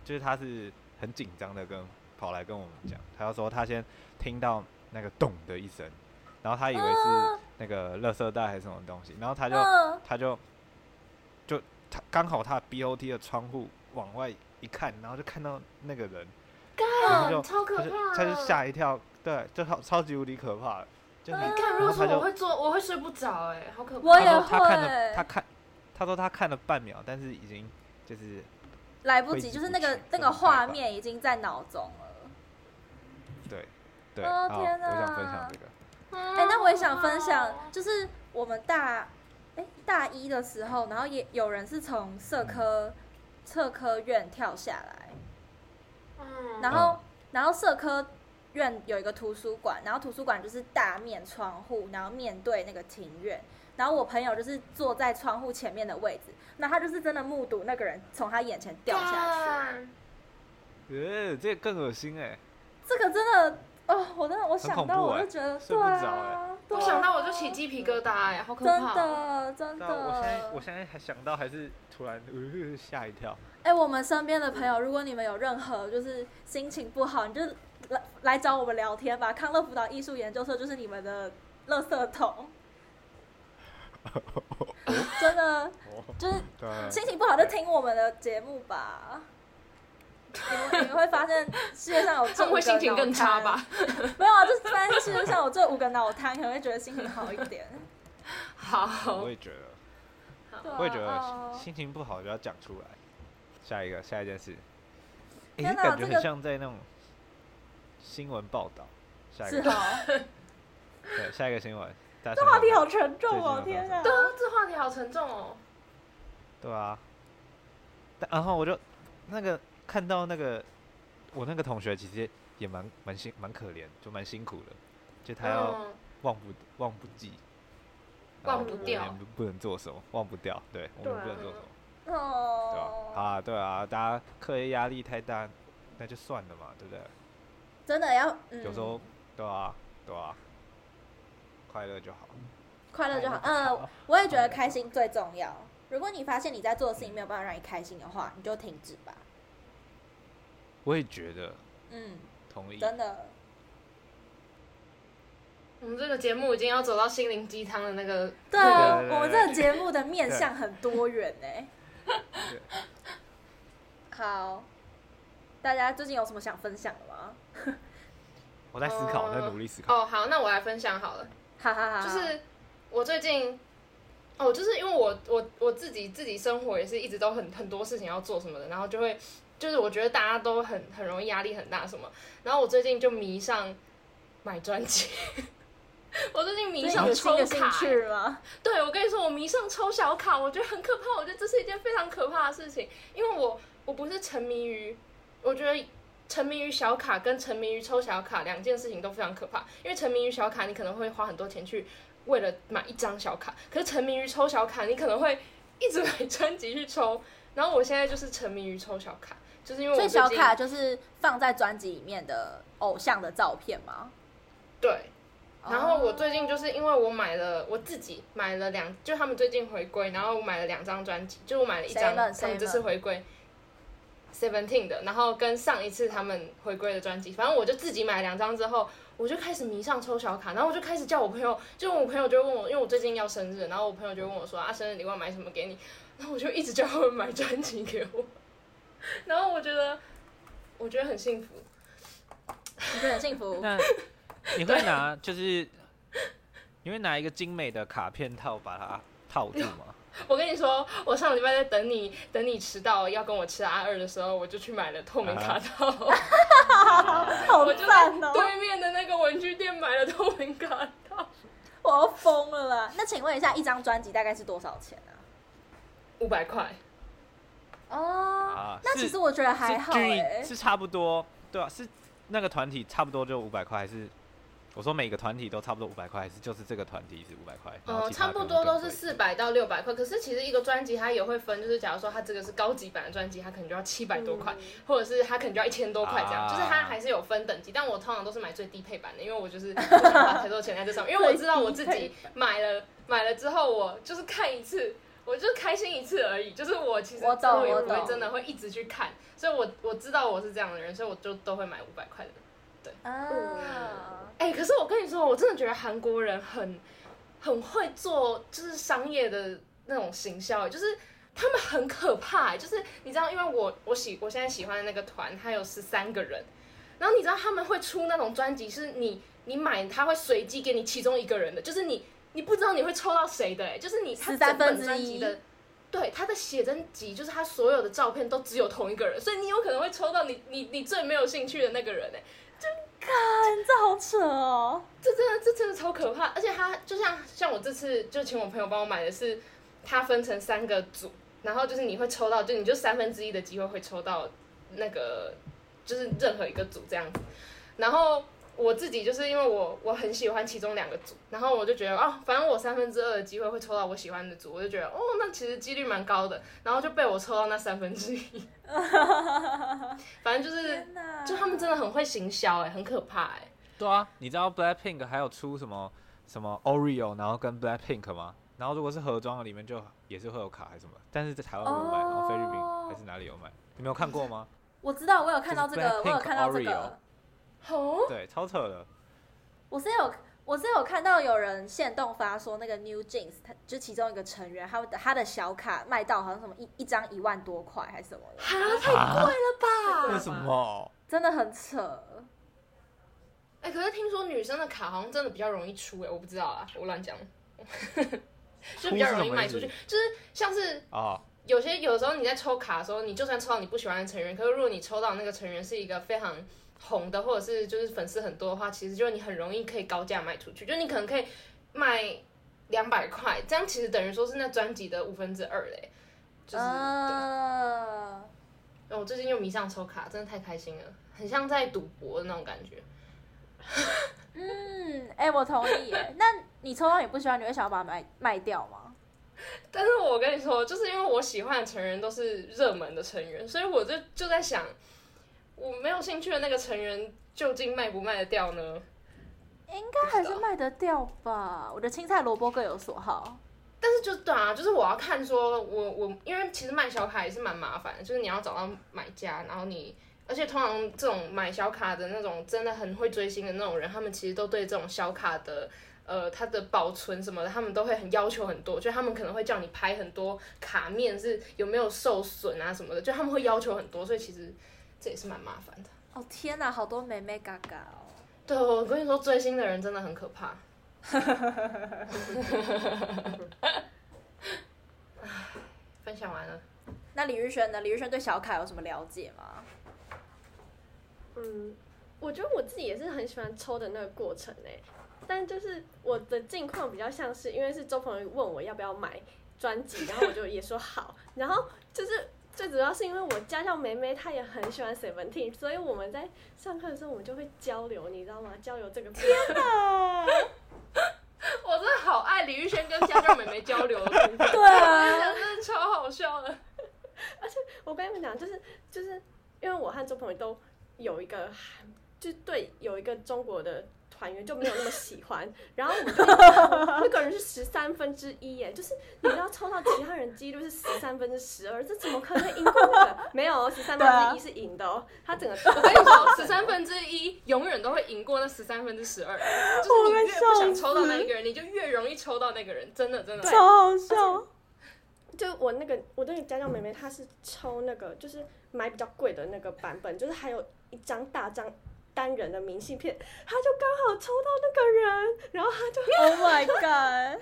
A: 就是他是很紧张的跟跑来跟我们讲，他就说他先听到那个咚的一声，然后他以为
B: 啊
A: 是那个垃圾袋还是什么东西，然后他就
B: 嗯，
A: 他就就他刚好他 BOT 的窗户往外一看，然后就看到那个人，然后就
C: 嗯超可
A: 他就他就吓一跳，对，就超超级无敌可怕的，就你
B: 嗯
C: 干，
A: 然
C: 如果
A: 后
C: 说
A: 他
C: 我
A: 就
C: 会做，我会睡不着，哎，好可怕。
B: 我
A: 他
B: 也
A: 说他看了
B: 会
A: 他看他说他看了半秒，但是已经就是
B: 来不及，
A: 挥之
B: 就是
A: 不
B: 那个
A: 去
B: 那
A: 这
B: 个
A: 种
B: 画
A: 看法
B: 面已经在脑中了。
A: 对对，
B: 哦
A: 好，我
B: 天
A: 想分
B: 哪
A: 享这个。
B: 哎、
C: 哎
B: 那我也想分享，就是我们大哎、大一的时候，然后也有人是从社
A: 嗯
B: 科社科院跳下来，
C: 嗯
B: 然后、然后社科院有一个图书馆，然后图书馆就是大面窗户，然后面对那个庭院。然后我朋友就是坐在窗户前面的位置，那他就是真的目睹那个人从他眼前掉下去，
C: 去。
A: 呃，这个更恶心哎、
B: 这个真的哦，我真的我
A: 很恐
B: 想
A: 怖
B: 到我
A: 欸
B: 就觉得，
A: 睡
B: 对
A: 不着
B: 啊，对
C: 我
B: 啊
C: 想到我就起鸡皮疙瘩哎，好可
B: 真
C: 怕哦！
B: 的真
A: 知
B: 的
A: 道，。啊我现在我现在还想到，还是突然呃吓一跳。
B: 哎、我们身边的朋友，如果你们有任何就是心情不好，你就来来找我们聊天吧。康乐辅导艺术研究社就是你们的垃圾桶，真的
A: 哦，
B: 就是
A: 对，
B: 心情不好就听我们的节目吧。你们你们会发现世界上有
C: 他
B: 这
C: 们会心情更差吧？？
B: 没有啊，就是发现世界上有这五个脑瘫，可能会觉得心情好一 点。
C: 好
A: 我，也觉得，
B: 对啊
A: 我也觉
B: 哦
A: 得心情不好就要讲出来。下一个，下一件事，哎，
B: 天哪
A: 感觉
B: 这个
A: 很像在那种新闻报道。下一
B: 是
A: 个，
B: 哦，
A: 对，下一个新闻。大
B: 这
A: 家
B: 话
A: 想
B: 题
A: 想
B: 好
A: 看
B: 沉重哦，
A: 最近有
B: 天啊！
C: 对啊，这话题好沉重哦。
A: 对啊，但然后我就那个看到那个我那个同学其实也蛮蛮辛蛮可怜，就蛮辛苦的，就他要
C: 嗯，
A: 忘不忘不记，然
C: 忘
A: 后
C: 不
A: 我们
C: 掉
A: 也不不能做什么，忘不掉，对我
D: 对
A: 们不
D: 啊
A: 能做什么，对吧
B: 哦，？
A: 啊，对啊，大家课业压力太大，那就算了嘛，对不对？
B: 真的要、嗯、
A: 有时候对啊，对啊，快乐就好，
B: 快乐就好。
A: 快乐就
B: 嗯，我也觉得开心最重要。如果你发现你在做的事情没有办法让你开心的话，你就停止吧。
A: 我也觉得
B: 嗯，
A: 同意，
B: 真的，
C: 我们这个节目已经要走到心灵鸡汤的那个，
B: 对
A: 啊
B: 啊
A: 对对，对
B: 我们这个节目的面向很多元呢、好，大家最近有什么想分享的吗？
A: 我在思考，我在
C: 呃
A: 努力思考，
C: 哦，好，那我来分享好了。
B: 哈哈哈，
C: 就是我最近，哦，就是因为我我我自己自己生活也是一直都很很多事情要做什么的，然后就会就是我觉得大家都很很容易压力很大什么，然后我最近就迷上买专辑， 我最近迷
B: 最近
C: 上
B: 有
C: 抽
B: 新的兴
C: 卡、欸
B: 趣吗？
C: 对，我跟你说，我迷上抽小卡，我觉得很可怕，我觉得这是一件非常可怕的事情，因为我我不是沉迷于，我觉得沉迷于小卡跟沉迷于抽小卡两件事情都非常可怕，因为沉迷于小卡你可能会花很多钱去为了买一张小卡，可是沉迷于抽小卡你可能会一直买专辑去抽，然后我现在就是沉迷于抽小卡，就是因为我
B: 所以
C: 最
B: 小
C: 近
B: 卡就是放在专辑里面的偶像的照片吗？
C: 对。然后我最近
B: 哦
C: 就是因为我买了我自己买了两，就他们最近回归，然后我买了两张专辑，就我买了一张
B: Seven，
C: 他们这次
B: Seven
C: 回归 Seventeen 的，然后跟上一次他们回归的专辑，反正我就自己买两张之后，我就开始迷上抽小卡，然后我就开始叫我朋友，就我朋友就问我，因为我最近要生日，然后我朋友就问我说啊，生日礼物要买什么给你？然后我就一直叫他们买专辑给我， 然后我觉得我觉得很幸福，
B: 哦你觉得很幸福？
A: 那你会拿就是你会拿一个精美的卡片套把它套住 吗？
C: 我跟你说，我上礼拜在等你，等你迟到要跟我吃阿二的时候，我就去买了透明卡
A: 啊
C: 套，
B: 好
C: 我就在
B: 赞哦！
C: 对面的那个文具店买了透明卡套，
B: 我要疯了啦！那请问一下，一张专辑大概是多少钱啊？
C: 五百块。
B: 哦
A: 啊，
B: 那
A: 是
B: 其实我觉得还好
A: 是均
B: 哎、
A: 一是差不多，对啊，是那个团体差不多就五百块，还是我说每个团体都差不多五百块，还是就是这个团体是五百块？
B: 哦
A: 然后
C: 呃，
A: 其他可
C: 差不
A: 能
C: 多
A: 更
C: 都是
A: 贵
C: 四百到六百块，可是其实一个专辑它也会分，就是假如说它这个是高级版的专辑，它可能就要七百多
D: 嗯
C: 块，或者是它可能就要一千多块这样，
A: 啊
C: 就是它还是有分等级。但我通常都是买最低配版的，因为 我就是不想花太多钱在这上面，因为我知道我自己买了买了之后，我就是看一次， 我就开心一次而已，就是我其实
B: 我
C: 之
B: 懂
C: 后也不
B: 我
C: 会
B: 懂
C: 真的会一直去看，所以我我知道我是这样的人，所以我就都会买五百块的。
B: 啊，
C: 哎、可是我跟你说，我真的觉得韩国人很很会做，就是商业的那种行销，欸就是他们很可怕、欸就是你知道，因为我我喜我现在喜欢的那个团，它有十三个人，然后你知道他们会出那种专辑，是你你买，他会随机给你其中一个人的，就是你你不知道你会抽到谁的、哎，就是你他
B: 13
C: 整本
B: 分之
C: 专辑
B: 一
C: 的。对他的写真集，就是他所有的照片都只有同一个人，所以你有可能会抽到你你你最没有兴趣的那个人哎、
B: 看这好扯哦！
C: 这真的，这真的超可怕。而且他就像像我这次就请我朋友帮我买的是，它分成三个组，然后就是你会抽到，就你就三分之一的机会会抽到那个，就是任何一个组这样子。然后我自己就是因为我我很喜欢其中两个组，然后我就觉得哦，反正我三分之二的机会会抽到我喜欢的组，我就觉得哦，那其实几率蛮高的。然后就被我抽到那三分之一，反正就是
B: 天哪，
C: 欸就他们真的很会行销哎、很可怕哎、
A: 对啊，你知道 Blackpink 还有出什么什么 Oreo，然后跟 Blackpink 吗？然后如果是盒装的，里面就也是会有卡还是什么，但是在台湾没有卖，然后菲律宾还是哪里有卖？你没有看过吗？
B: 我知道，我有看到这
A: 就是
B: 个，
A: Blackpink
B: 我有看到这
A: Oreo
B: 个，
C: 哦，
A: 对，超扯 的。
B: 我是有。我是有看到有人现动发说那个 New Jeans，他就其中一个成员，他的他的小卡卖到好像什么一一张一万多块还是什么的，
C: 哈，太
A: 啊
C: 贵了吧？
A: 为什？么？
B: 真的很扯。
C: 哎、可是听说女生的卡好像真的比较容易出哎、我不知道啊，我乱讲， 就比较容易卖出
A: 出是什么
C: 去
A: 意思。
C: 就是像是
A: 哦，
C: 有些有时候你在抽卡的时候，你就算抽到你不喜欢的成员，可是如果你抽到那个成员是一个非常红的，或者是就是粉丝很多的话，其实就是你很容易可以高价卖出去，就你可能可以卖两百块，这样其实等于说是那专辑的五分之二嘞。就是、
B: 啊，
C: 对，哦我最近又迷上抽卡，真的太开心了，很像在赌博的那种感觉。
B: 嗯，哎、我同意 耶。那你抽到你不喜欢，你会想要把它卖卖掉吗？
C: 但是我跟你说，就是因为我喜欢的成员都是热门的成员，所以我就就在想，我没有兴趣的那个成员究竟卖不卖得掉呢？
B: 应该还是卖得掉吧。我的青菜萝卜各有所好。
C: 但是就对啊，就是我要看说我我，因为其实卖小卡也是蛮麻烦的，就是你要找到买家，然后你，而且通常这种买小卡的那种真的很会追星的那种人，他们其实都对这种小卡的。呃，它的保存什么的，他们都会很要求很多，就他们可能会叫你拍很多卡面是有没有受损啊什么的，就他们会要求很多，所以其实这也是蛮麻烦的。
B: 哦天哪，好多妹妹嘎嘎哦。
C: 对，我跟你说，追星的人真的很可 怕。分享完了，
B: 那李宇轩呢？李宇轩对小凯有什么了解吗？
D: 嗯，我觉得我自己也是很喜欢抽的那个过程哎、但就是我的境况比较像是，因为是周鹏宇问我要不要买专辑，然后我就也说好，然后就是。最主要是因为我家教梅梅她也很喜欢 Seventeen，所以我们在上课的时候我们就会交流，你知道吗？交流这个天
C: 我真的好爱李玉轩跟家教妹妹交流的部 分，
B: 对啊，
C: 真的超好笑的。
D: 我跟你们讲，就是就是因为我和周鹏宇都有一个，就对有一个中国的团员就没有那么喜欢，然后我们就一直那个人是十三分之一耶，就是你知道抽到其他人几率是十三分之十二，这怎么可能赢过那个？没有，哦十三分之一是赢的哦，他整个
C: 我跟你说，十三分之一永远都会赢过那十三分之十二，就是你越不想抽到那一个人，你就越容易抽到那个人，真的真的。
B: 好笑。
D: 就我那个我那个家教妹妹，她是抽那个就是买比较贵的那个版本，就是还有一张大张单人的明信片，她就刚好抽到那个人，然后她就
B: Oh my god！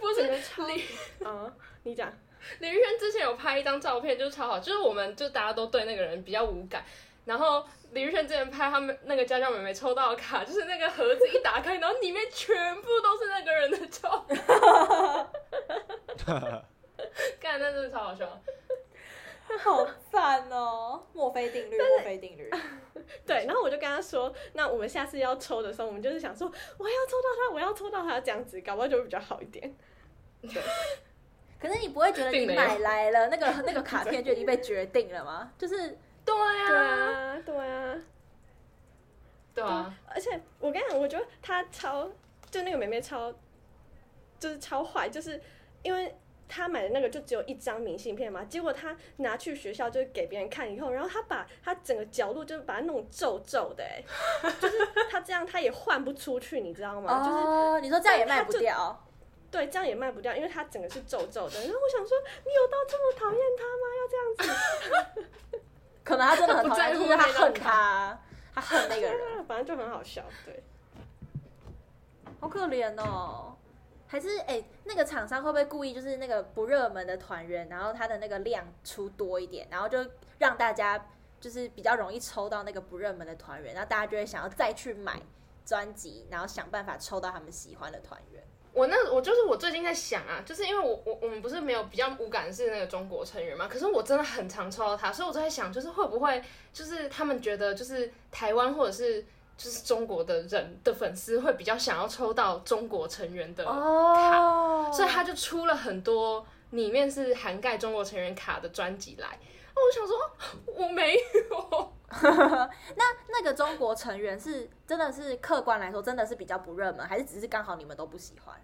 C: 不
D: 整
C: 是
D: 个超
C: 李
D: 嗯，你讲。
C: 李玉轩之前有拍一张照片，就是超好，就是我们就大家都对那个人比较无感。然后李玉轩之前拍他们那个家教妹妹抽到的卡，就是那个盒子一打开，然后里面全部都是那个人的照片，干那真的超好笑。
B: 好赞哦，墨菲定律，墨菲定律。
D: 对，然后我就跟他说，那我们下次要抽的时候，我们就是想说，我要抽到他，我要抽到他，这样子，搞不好就会比较好一点。
B: 可是你不会觉得你
C: 并没有
B: 买来了那个那个卡片就已经被决定了吗？ 就是
C: 对
D: 对
C: 啊，
D: 啊，对啊，
C: 对啊，
D: 而且我跟你讲，我觉得他超，就那个妹妹超，就是超坏，就是因为。她买的那个就只有一张明信片嘛，结果她拿去学校就是给别人看以后，然后她把她整个角落就是把它弄皱皱的、欸， 就是她这样她也换不出去，你知道吗？就是
B: 哦，你说这样也卖不掉。
D: 对，这样也卖不掉，因为它整个是皱皱的。然后我想说，你有到这么讨厌他吗？要这样子？
B: 可能他真的很讨厌，
C: 他
B: 就
C: 不
B: 是
C: 在乎
B: 他
C: 那张
B: 恨他，他恨那个人，
D: 啊，反正就很好笑。对，
B: 好可怜哦。还是哎、那个厂商会不会故意就是那个不热门的团员，然后他的那个量出多一点，然后就让大家就是比较容易抽到那个不热门的团员，然后大家就会想要再去买专辑，然后想办法抽到他们喜欢的团员。
C: 我那我就是我最近在想啊，就是因为我我我们不是没有比较无感的是那个中国成员嘛，可是我真的很常抽到他，所以我就在想，就是会不会就是他们觉得就是台湾或者是就是中国的人的粉丝会比较想要抽到中国成员的，
B: 哦
C: 所以他就出了很多里面是涵盖中国成员卡的专辑来。那我想说，我没有，
B: 那个中国成员是真的是客观来说真的是比较不热门，还是只是刚好你们都不喜欢？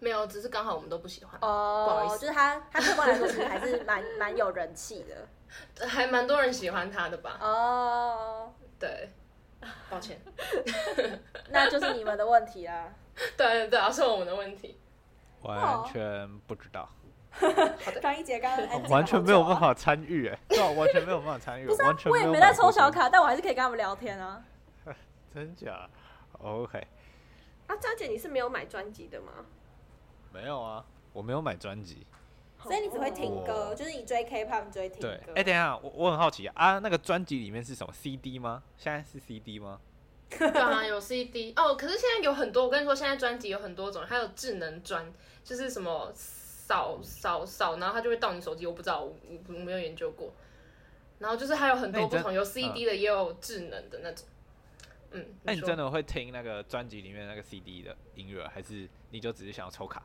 C: 没有，只是刚好我们都不喜欢，
B: 哦
C: 不好意思
B: 就是他他客观来说其实还是蛮蛮有人气的
C: 还蛮多人喜欢他的吧？
B: 哦。
C: 对，抱歉，
B: 那就是你们的问题啦。
C: 对对对，啊是我们的问题。
B: 哦
A: 完全不知道，
B: 张一杰刚 刚
A: 我完全没有办
B: 法，
A: 法参与， 哎，对啊，完全没有办法参与，
B: 不是、啊
A: 完，全
B: 我也
A: 有
B: 没在
A: 买
B: 抽
A: 过
B: 小
A: 东西，
B: 卡，但我还是可以跟他们聊天啊。
A: 真假？OK，
D: 啊，张姐，你是没有买专辑的吗？
A: 没有啊，我没有买专辑，
B: 所以你只会听歌，
A: 哦
B: 就是你追 K-pop，你只会听
A: 对
B: 歌。，
A: 哎，等一下，我我很好奇啊，那个专辑里面是什么 CD 吗？现在是 CD 吗？
C: 对啊，有 CD 哦，可是现在有很多，我跟你说，现在专辑有很多种，还有智能专，就是什么扫扫扫，然后它就会到你手机，我不知道，我我我没有研究过。然后就是还有很
A: 那
C: 多
A: 你
C: 不
A: 真嗯
C: 同，有 CD 的，也有智能的那种。嗯，
A: 那你
C: 说
A: 真的会听那个专辑里面那个 CD 的音乐，还是你就只是想要抽卡？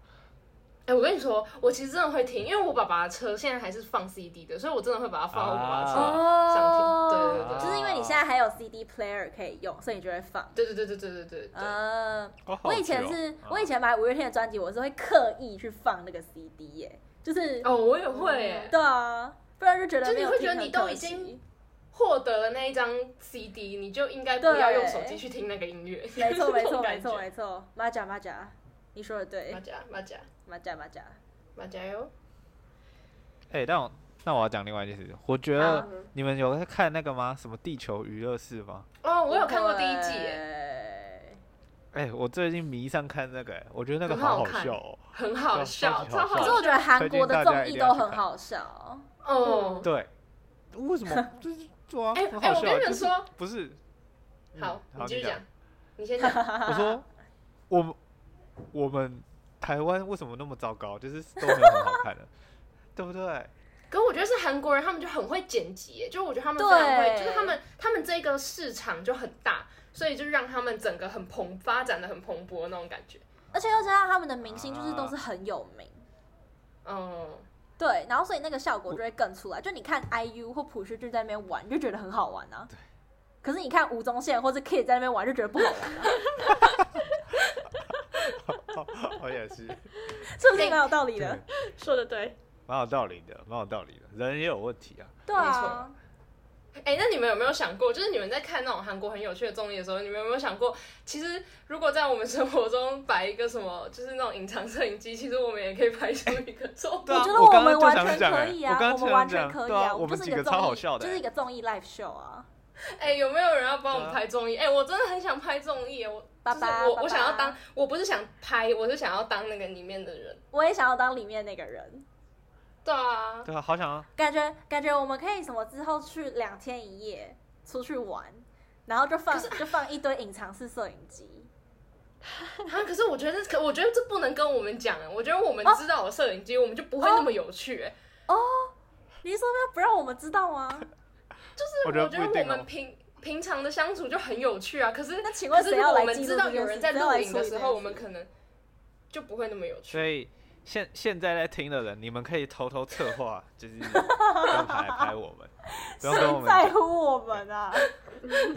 C: 哎、我跟你说，我其实真的会听，因为我爸爸的车现在还是放 CD 的，所以我真的会把它放到我爸爸的车。
A: 啊
C: 想听对对
A: 对
B: 哦就是因为你现在还有 CD player 可以用，所以你就会放。
C: 对对对对对对对对。
B: 嗯，
A: 哦好
B: 我
A: 有
B: 以
A: 趣
B: 前
A: 哦
B: 是
A: 啊，
B: 我以前买五月天的专辑，我是会刻意去放那个 CD 耶，就是
C: 哦，我也会、欸，
B: 对啊，不然就觉得
C: 就
B: 没
C: 你
B: 有
C: 会
B: 听
C: 觉得
B: 很
C: 你都
B: 可
C: 已经
B: 惜
C: 获得了那一张 CD，你就应该不
B: 对
C: 要用手机去听那个音乐。
B: 没错 没
C: 这
B: 错
C: 种感
B: 没错
C: 觉
B: 没错，马甲马甲，你说的对
C: 马，甲马甲
B: 马甲马甲，
C: 马甲哟！
A: 哎、但我那我要讲另外一件事，我觉得
D: 哦
C: 好
A: 你们有在看那个吗？什么地球娱乐室吗？
C: 哦，我有看过第一季耶，
B: 耶，
A: 哎、我最近迷上看那个、哎，我觉得那个
C: 很好
A: 好
C: 看
A: 笑哦、
C: 很好笑，
A: 对
C: 超
A: 超
C: 好
B: 可
A: 级
B: 是
A: 好
B: 我
C: 笑。
B: 觉得韩国的
A: 推荐大
B: 综艺都
A: 家一定要
B: 很
A: 去看
B: 好笑，
C: 哦，
A: 对，为什 么？就是对啊，
C: 哎
A: 很
C: 哎，
A: 好笑
C: 我跟
A: 啊，
C: 你
A: 就
C: 们
A: 是
C: 说，
A: 不是？嗯
C: 好，你继续讲
A: 讲。，
C: 你先讲。
A: 我 说，我们我们台湾为什么那么糟糕？就是都没有很好 看的，对不对？
C: 可我觉得是韩国人，他们就很会剪辑耶，就是我觉得他们非常
B: 对
C: 会，就是他们他们这个市场就很大，所以就让他们整个很蓬发展的很蓬勃那种感觉。
B: 而且 又加上他们的明星就是都
A: 啊
B: 是很有名。
C: 嗯，
B: 对，然后所以那个效果就会更出来。就你看 IU 或朴叙俊在那边玩，你就觉得很好玩啊。可是你看吴宗宪或者 Kid 在那边玩，就觉得不好玩、啊，
A: 我哦也是，
B: 是不是蛮有道理
A: 对
B: 的？，
D: 说的对，
A: 蛮有道理的，蛮有道理的，人也有问题啊。
B: 对啊，
C: 哎、那你们有没有想过，就是你们在看那种韩国很有趣的综艺的时候，你们有没有想过，其实如果在我们生活中摆一个什么，就是那种隐藏摄影机，其实我们也可以拍出一个 作
A: 对
C: 品。
A: 啊
B: 我觉得
A: 我
B: 我
A: 刚
B: 们
A: 刚就
B: 完
A: 想
B: 全
A: 讲
B: 可
A: 哎
B: 以
A: 我
B: 啊，
A: 刚刚
B: 我们
A: 就
B: 完
A: 想
B: 全
A: 讲
B: 可以
A: 对啊
B: 我
A: 我
B: 们
A: 们
B: 就是
A: 几
B: 一
A: 个
B: 个综
A: 超
B: 艺，
A: 好笑的
B: 就是
A: 哎
B: 一个综艺 live show 啊。
C: 哎、有没有人要帮我
A: 对啊
C: 们拍综艺？哎、我真的很想拍综艺，我
B: 爸
C: 就是
B: 爸爸
C: 我
B: 爸
C: 我想要当，我不是想拍，我是想要当那个里面的人。
B: 我也想要当里面那个人，
C: 对 啊，
A: 对啊，好 想要
B: 感觉感觉我们可以什么之后去两天一夜 出去玩，然后就放就放一堆隐藏式摄影机。
C: 啊，可是我觉得，可我觉得这不能跟我们讲啊。我觉得我们
B: 哦
C: 知道有摄影机，我们就不会那么有趣、哎、
B: 你是说不让我们知道 吗？
C: 就是
A: 我
C: 我
A: 觉得
C: 觉得
A: 不一定
C: 我
A: 哦
C: 们平平常的相处就很有趣啊。可是
B: 那请
C: 可
B: 问
C: 是
B: 谁
C: 如
B: 要
C: 果我
B: 来
C: 们
B: 记
C: 知
B: 录
C: 道
B: 这件
C: 有
B: 事
C: 人在
B: 谁要
C: 录
B: 来
C: 影
B: 处
C: 的
B: 理
C: 时
B: 这
C: 候，
B: 件
C: 我们
B: 事
C: 可能就不会那么有 趣。
A: 所以现现在在听的人，你们可以偷偷策划，就是让他来拍我们， 不用跟我们
B: 谁在
A: 讲。
B: 乎我们啊？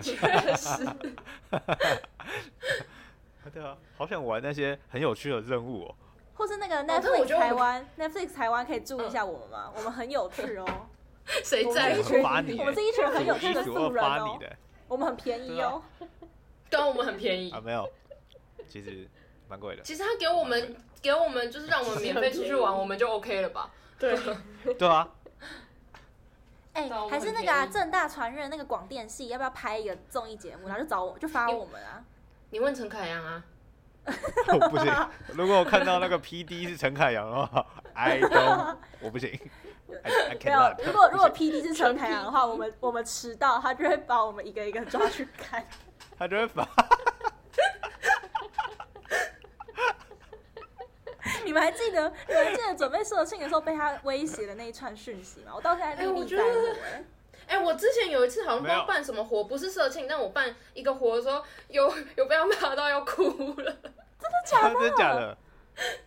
C: 确实，
A: 对啊，好想玩那些很有趣的任务哦。
B: 或是那个
C: 但我
B: Netflix
C: 觉得我们
B: 台湾、Netflix 台湾可以注意一下我们吗？我们很有趣 哦，
C: 谁
B: 我
C: 在
B: 们
C: 乎
B: 是一群，
A: 发你欸
B: 我们是一群很有
A: 数
B: 趣
A: 一
B: 的
A: 数
B: 素
A: 二
B: 人
A: 发你
B: 哦，
A: 的
B: 我们很便宜哦。
C: 对啊，我们很便宜
A: 啊，。没有，其实蛮贵的。
C: 其实他给我
A: 啊
C: 们给我们就是让我们免费出 去玩，我们就 OK 了吧？
D: 对，
A: 对啊，
B: 哎、
C: 对啊我们
B: 还是
C: 很
B: 那个啊，
C: 便宜
B: 正大传院那个广电系要不要拍一个综艺节目，然后就找我，就发我们啊？
C: 你问陈凯阳啊，
A: 我不行。如果我看到那个 P D 是陈凯阳的话，I don't，我不行。I, I
B: 没有
A: cannot，，
B: 如果如果 P D 是陈凯阳的话，我们我们迟到，他就会把我们一个一个抓去看。
A: 他就会罚。
B: 你们还记得你们还记得准备社庆的时候被他威胁的那一串讯息吗？我到现在
C: 哎
B: 历
C: 我
B: 历
C: 觉
B: 在目、
C: 得
B: 哎
C: 哎、我之前有一次好像不知
A: 没
C: 道
A: 有
C: 办什么活，不是社庆，但我办一个活的时候，有 有被他骂到要哭了。
A: 真的假的？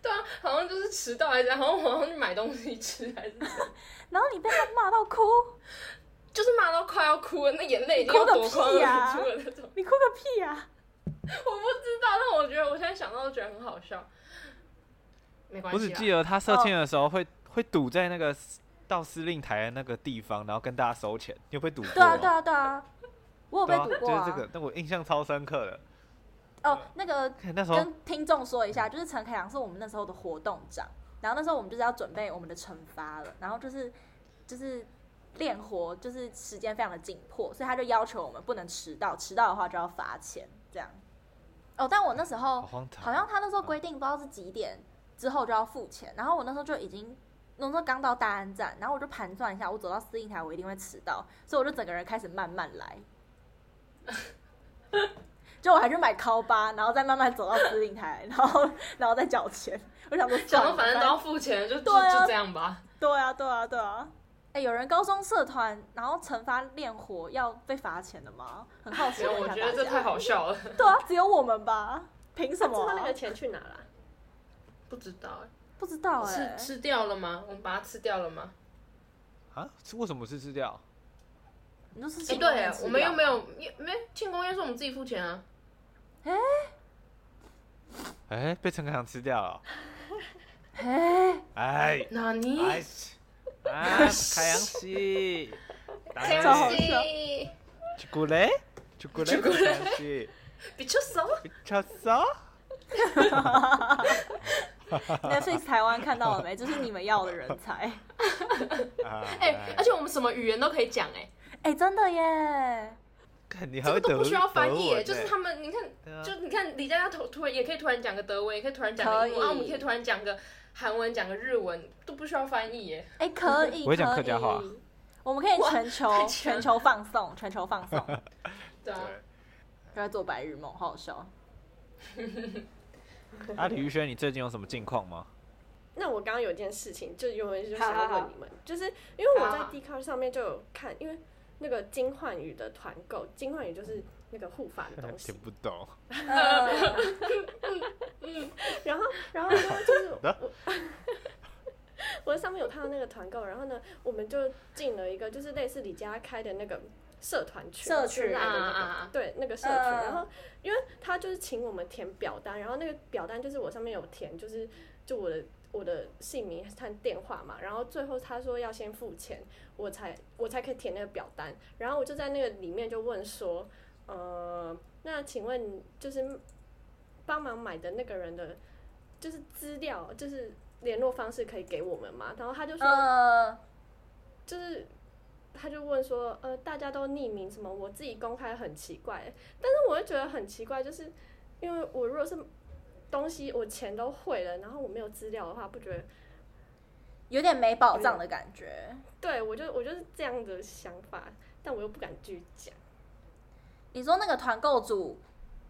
C: 对啊，好像就是迟到还是，好像我好像去买东西吃还是怎样，
B: 然后你被他骂到哭，
C: 就是骂到快要哭了，那眼泪已经
B: 你
C: 要
B: 哭个
C: 夺眶
B: 屁呀
C: 而出了那
A: 啊
C: 种。
B: 你哭个屁啊呀、
C: 我不知道，但我觉得我现在想到都觉得很好笑。没关
A: 我
C: 系啊
A: 只
C: 啦，
A: 记得他射箭的时候会、
B: 哦
A: 会堵在那个到司令台的那个地方，然后跟大家收钱。你有被堵过吗？
B: 对啊，对啊，对啊，我有被
A: 对啊
B: 堵过啊。
A: 就是这个，但我印象超深刻的。
B: 哦，那个
A: 看那时候
B: 跟听众说一下，就是陈凯阳是我们那时候的活动长，然后那时候我们就是要准备我们的惩罚了，然后就是就是练活，就是时间非常的紧迫，所以他就要求我们不能迟到，迟到的话就要罚钱这样。哦，但我那时候
A: 好荒唐，
B: 好像他那时候规定不知道是几点之后就要付钱，然后我那时候就已经，那时候刚到大安站，然后我就盘算一下，我走到司令台我一定会迟到，所以我就整个人开始慢慢 来，就我还去买烤吧，然后再慢慢走到司令台，然后 然后再缴钱，我想说
C: 想
B: 算
C: 到
B: 了
C: 反正都要付钱，就就
B: 对啊
C: 就这 样吧。
B: 对啊对啊对啊，哎、有人高中社团然后惩罚练火要被罚钱的吗？很好奇
C: 没
B: 问
C: 有，
B: 一
C: 我
B: 下
C: 觉得
B: 大
C: 这
B: 家
C: 太好笑了。
B: 对啊，只有我们吧？凭什
D: 他
B: 么
D: 知
B: 啊、
D: 道 那个钱去哪了？
C: 不知道
B: 不知道哎、
C: 哎，吃吃掉了吗？我们把它吃掉了吗？
A: 啊，是为什么是吃掉？
B: 你就是
C: 哎，
B: 庆功
C: 对
B: 宴，吃
C: 我们
B: 掉
C: 又没有，没庆功宴是我们自己付钱啊。
A: 哎、被陈凯阳吃掉了。
B: 哎、
A: 哎，
C: 那 你
A: 哎，啊，凯阳西，凯
B: 超好
A: 西，朱古力，朱古力，
C: 朱古力
A: 凯阳西，
C: 比较熟。
A: 你吃啥？
B: Netflix 台湾看到了没？ 就是你们要的人才。
A: 啊，
C: 哎，而且我们什么语言都可以讲，哎，
B: 哎、真的耶！
A: 看哎你还
C: 这
A: 会
C: 个都
A: 德
C: 不需要翻
A: 德
C: 译，
A: 文
C: 哎就是
A: 哎
C: 他们，你看
A: 对啊
C: 就你看李佳佳突突然也可以突然讲个德文，也可以突然讲个
B: 可
C: 英文，
B: 以
C: 然后我们可以突然讲个韩文，讲个日文，都不需要翻译耶。
B: 哎、可 以，
A: 我会讲
B: 可
A: 客家话
B: 以我们可以全
C: 哇
B: 球
C: 太强
B: 全球放送，全球放 送，
C: 对啊，
A: 对，
B: 就在做白日梦，好好笑。
A: 啊，李宇轩，你最近有什么近况吗？
D: 那我刚刚有一件事情，就有人就
C: 好
D: 想要
C: 好
D: 问
C: 好
D: 你们，就是因为我
C: 好
D: 在
C: 好
D: d c a r 上面就有看，因为那个金焕宇的团购，金焕宇就是那个护发 的东西
A: 听，不懂，
B: 呃
D: 然后，然后呢，就是
A: 的
D: 我，我在上面有看到那个团购，然后呢，我们就进了一个就是类似李佳开的那个社团群，
B: 社群
D: 就是来的那个，
C: 啊啊啊
D: 对那个社群。然
B: 嗯
D: 后，因为他就是请我们填表单，然后那个表单就是我上面有填，就是就我的。我的姓名和电话嘛，然后最后他说要先付钱，我才我才可以填那个表单，然后我就在那个里面就问说，呃，那请问就是帮忙买的那个人的，就是资料，就是联络方式可以给我们吗？然后他就说，
B: 呃，
D: 就是他就问说，呃，大家都匿名，什么我自己公开很奇怪，但是我就觉得很奇怪，就是因为我如果是东西我钱都汇了，然后我没有资料的话，不觉得？
B: 有点没保障的感觉。
D: 对我就我就是这样的想法，但我又不敢去讲。
B: 你说那个团购组，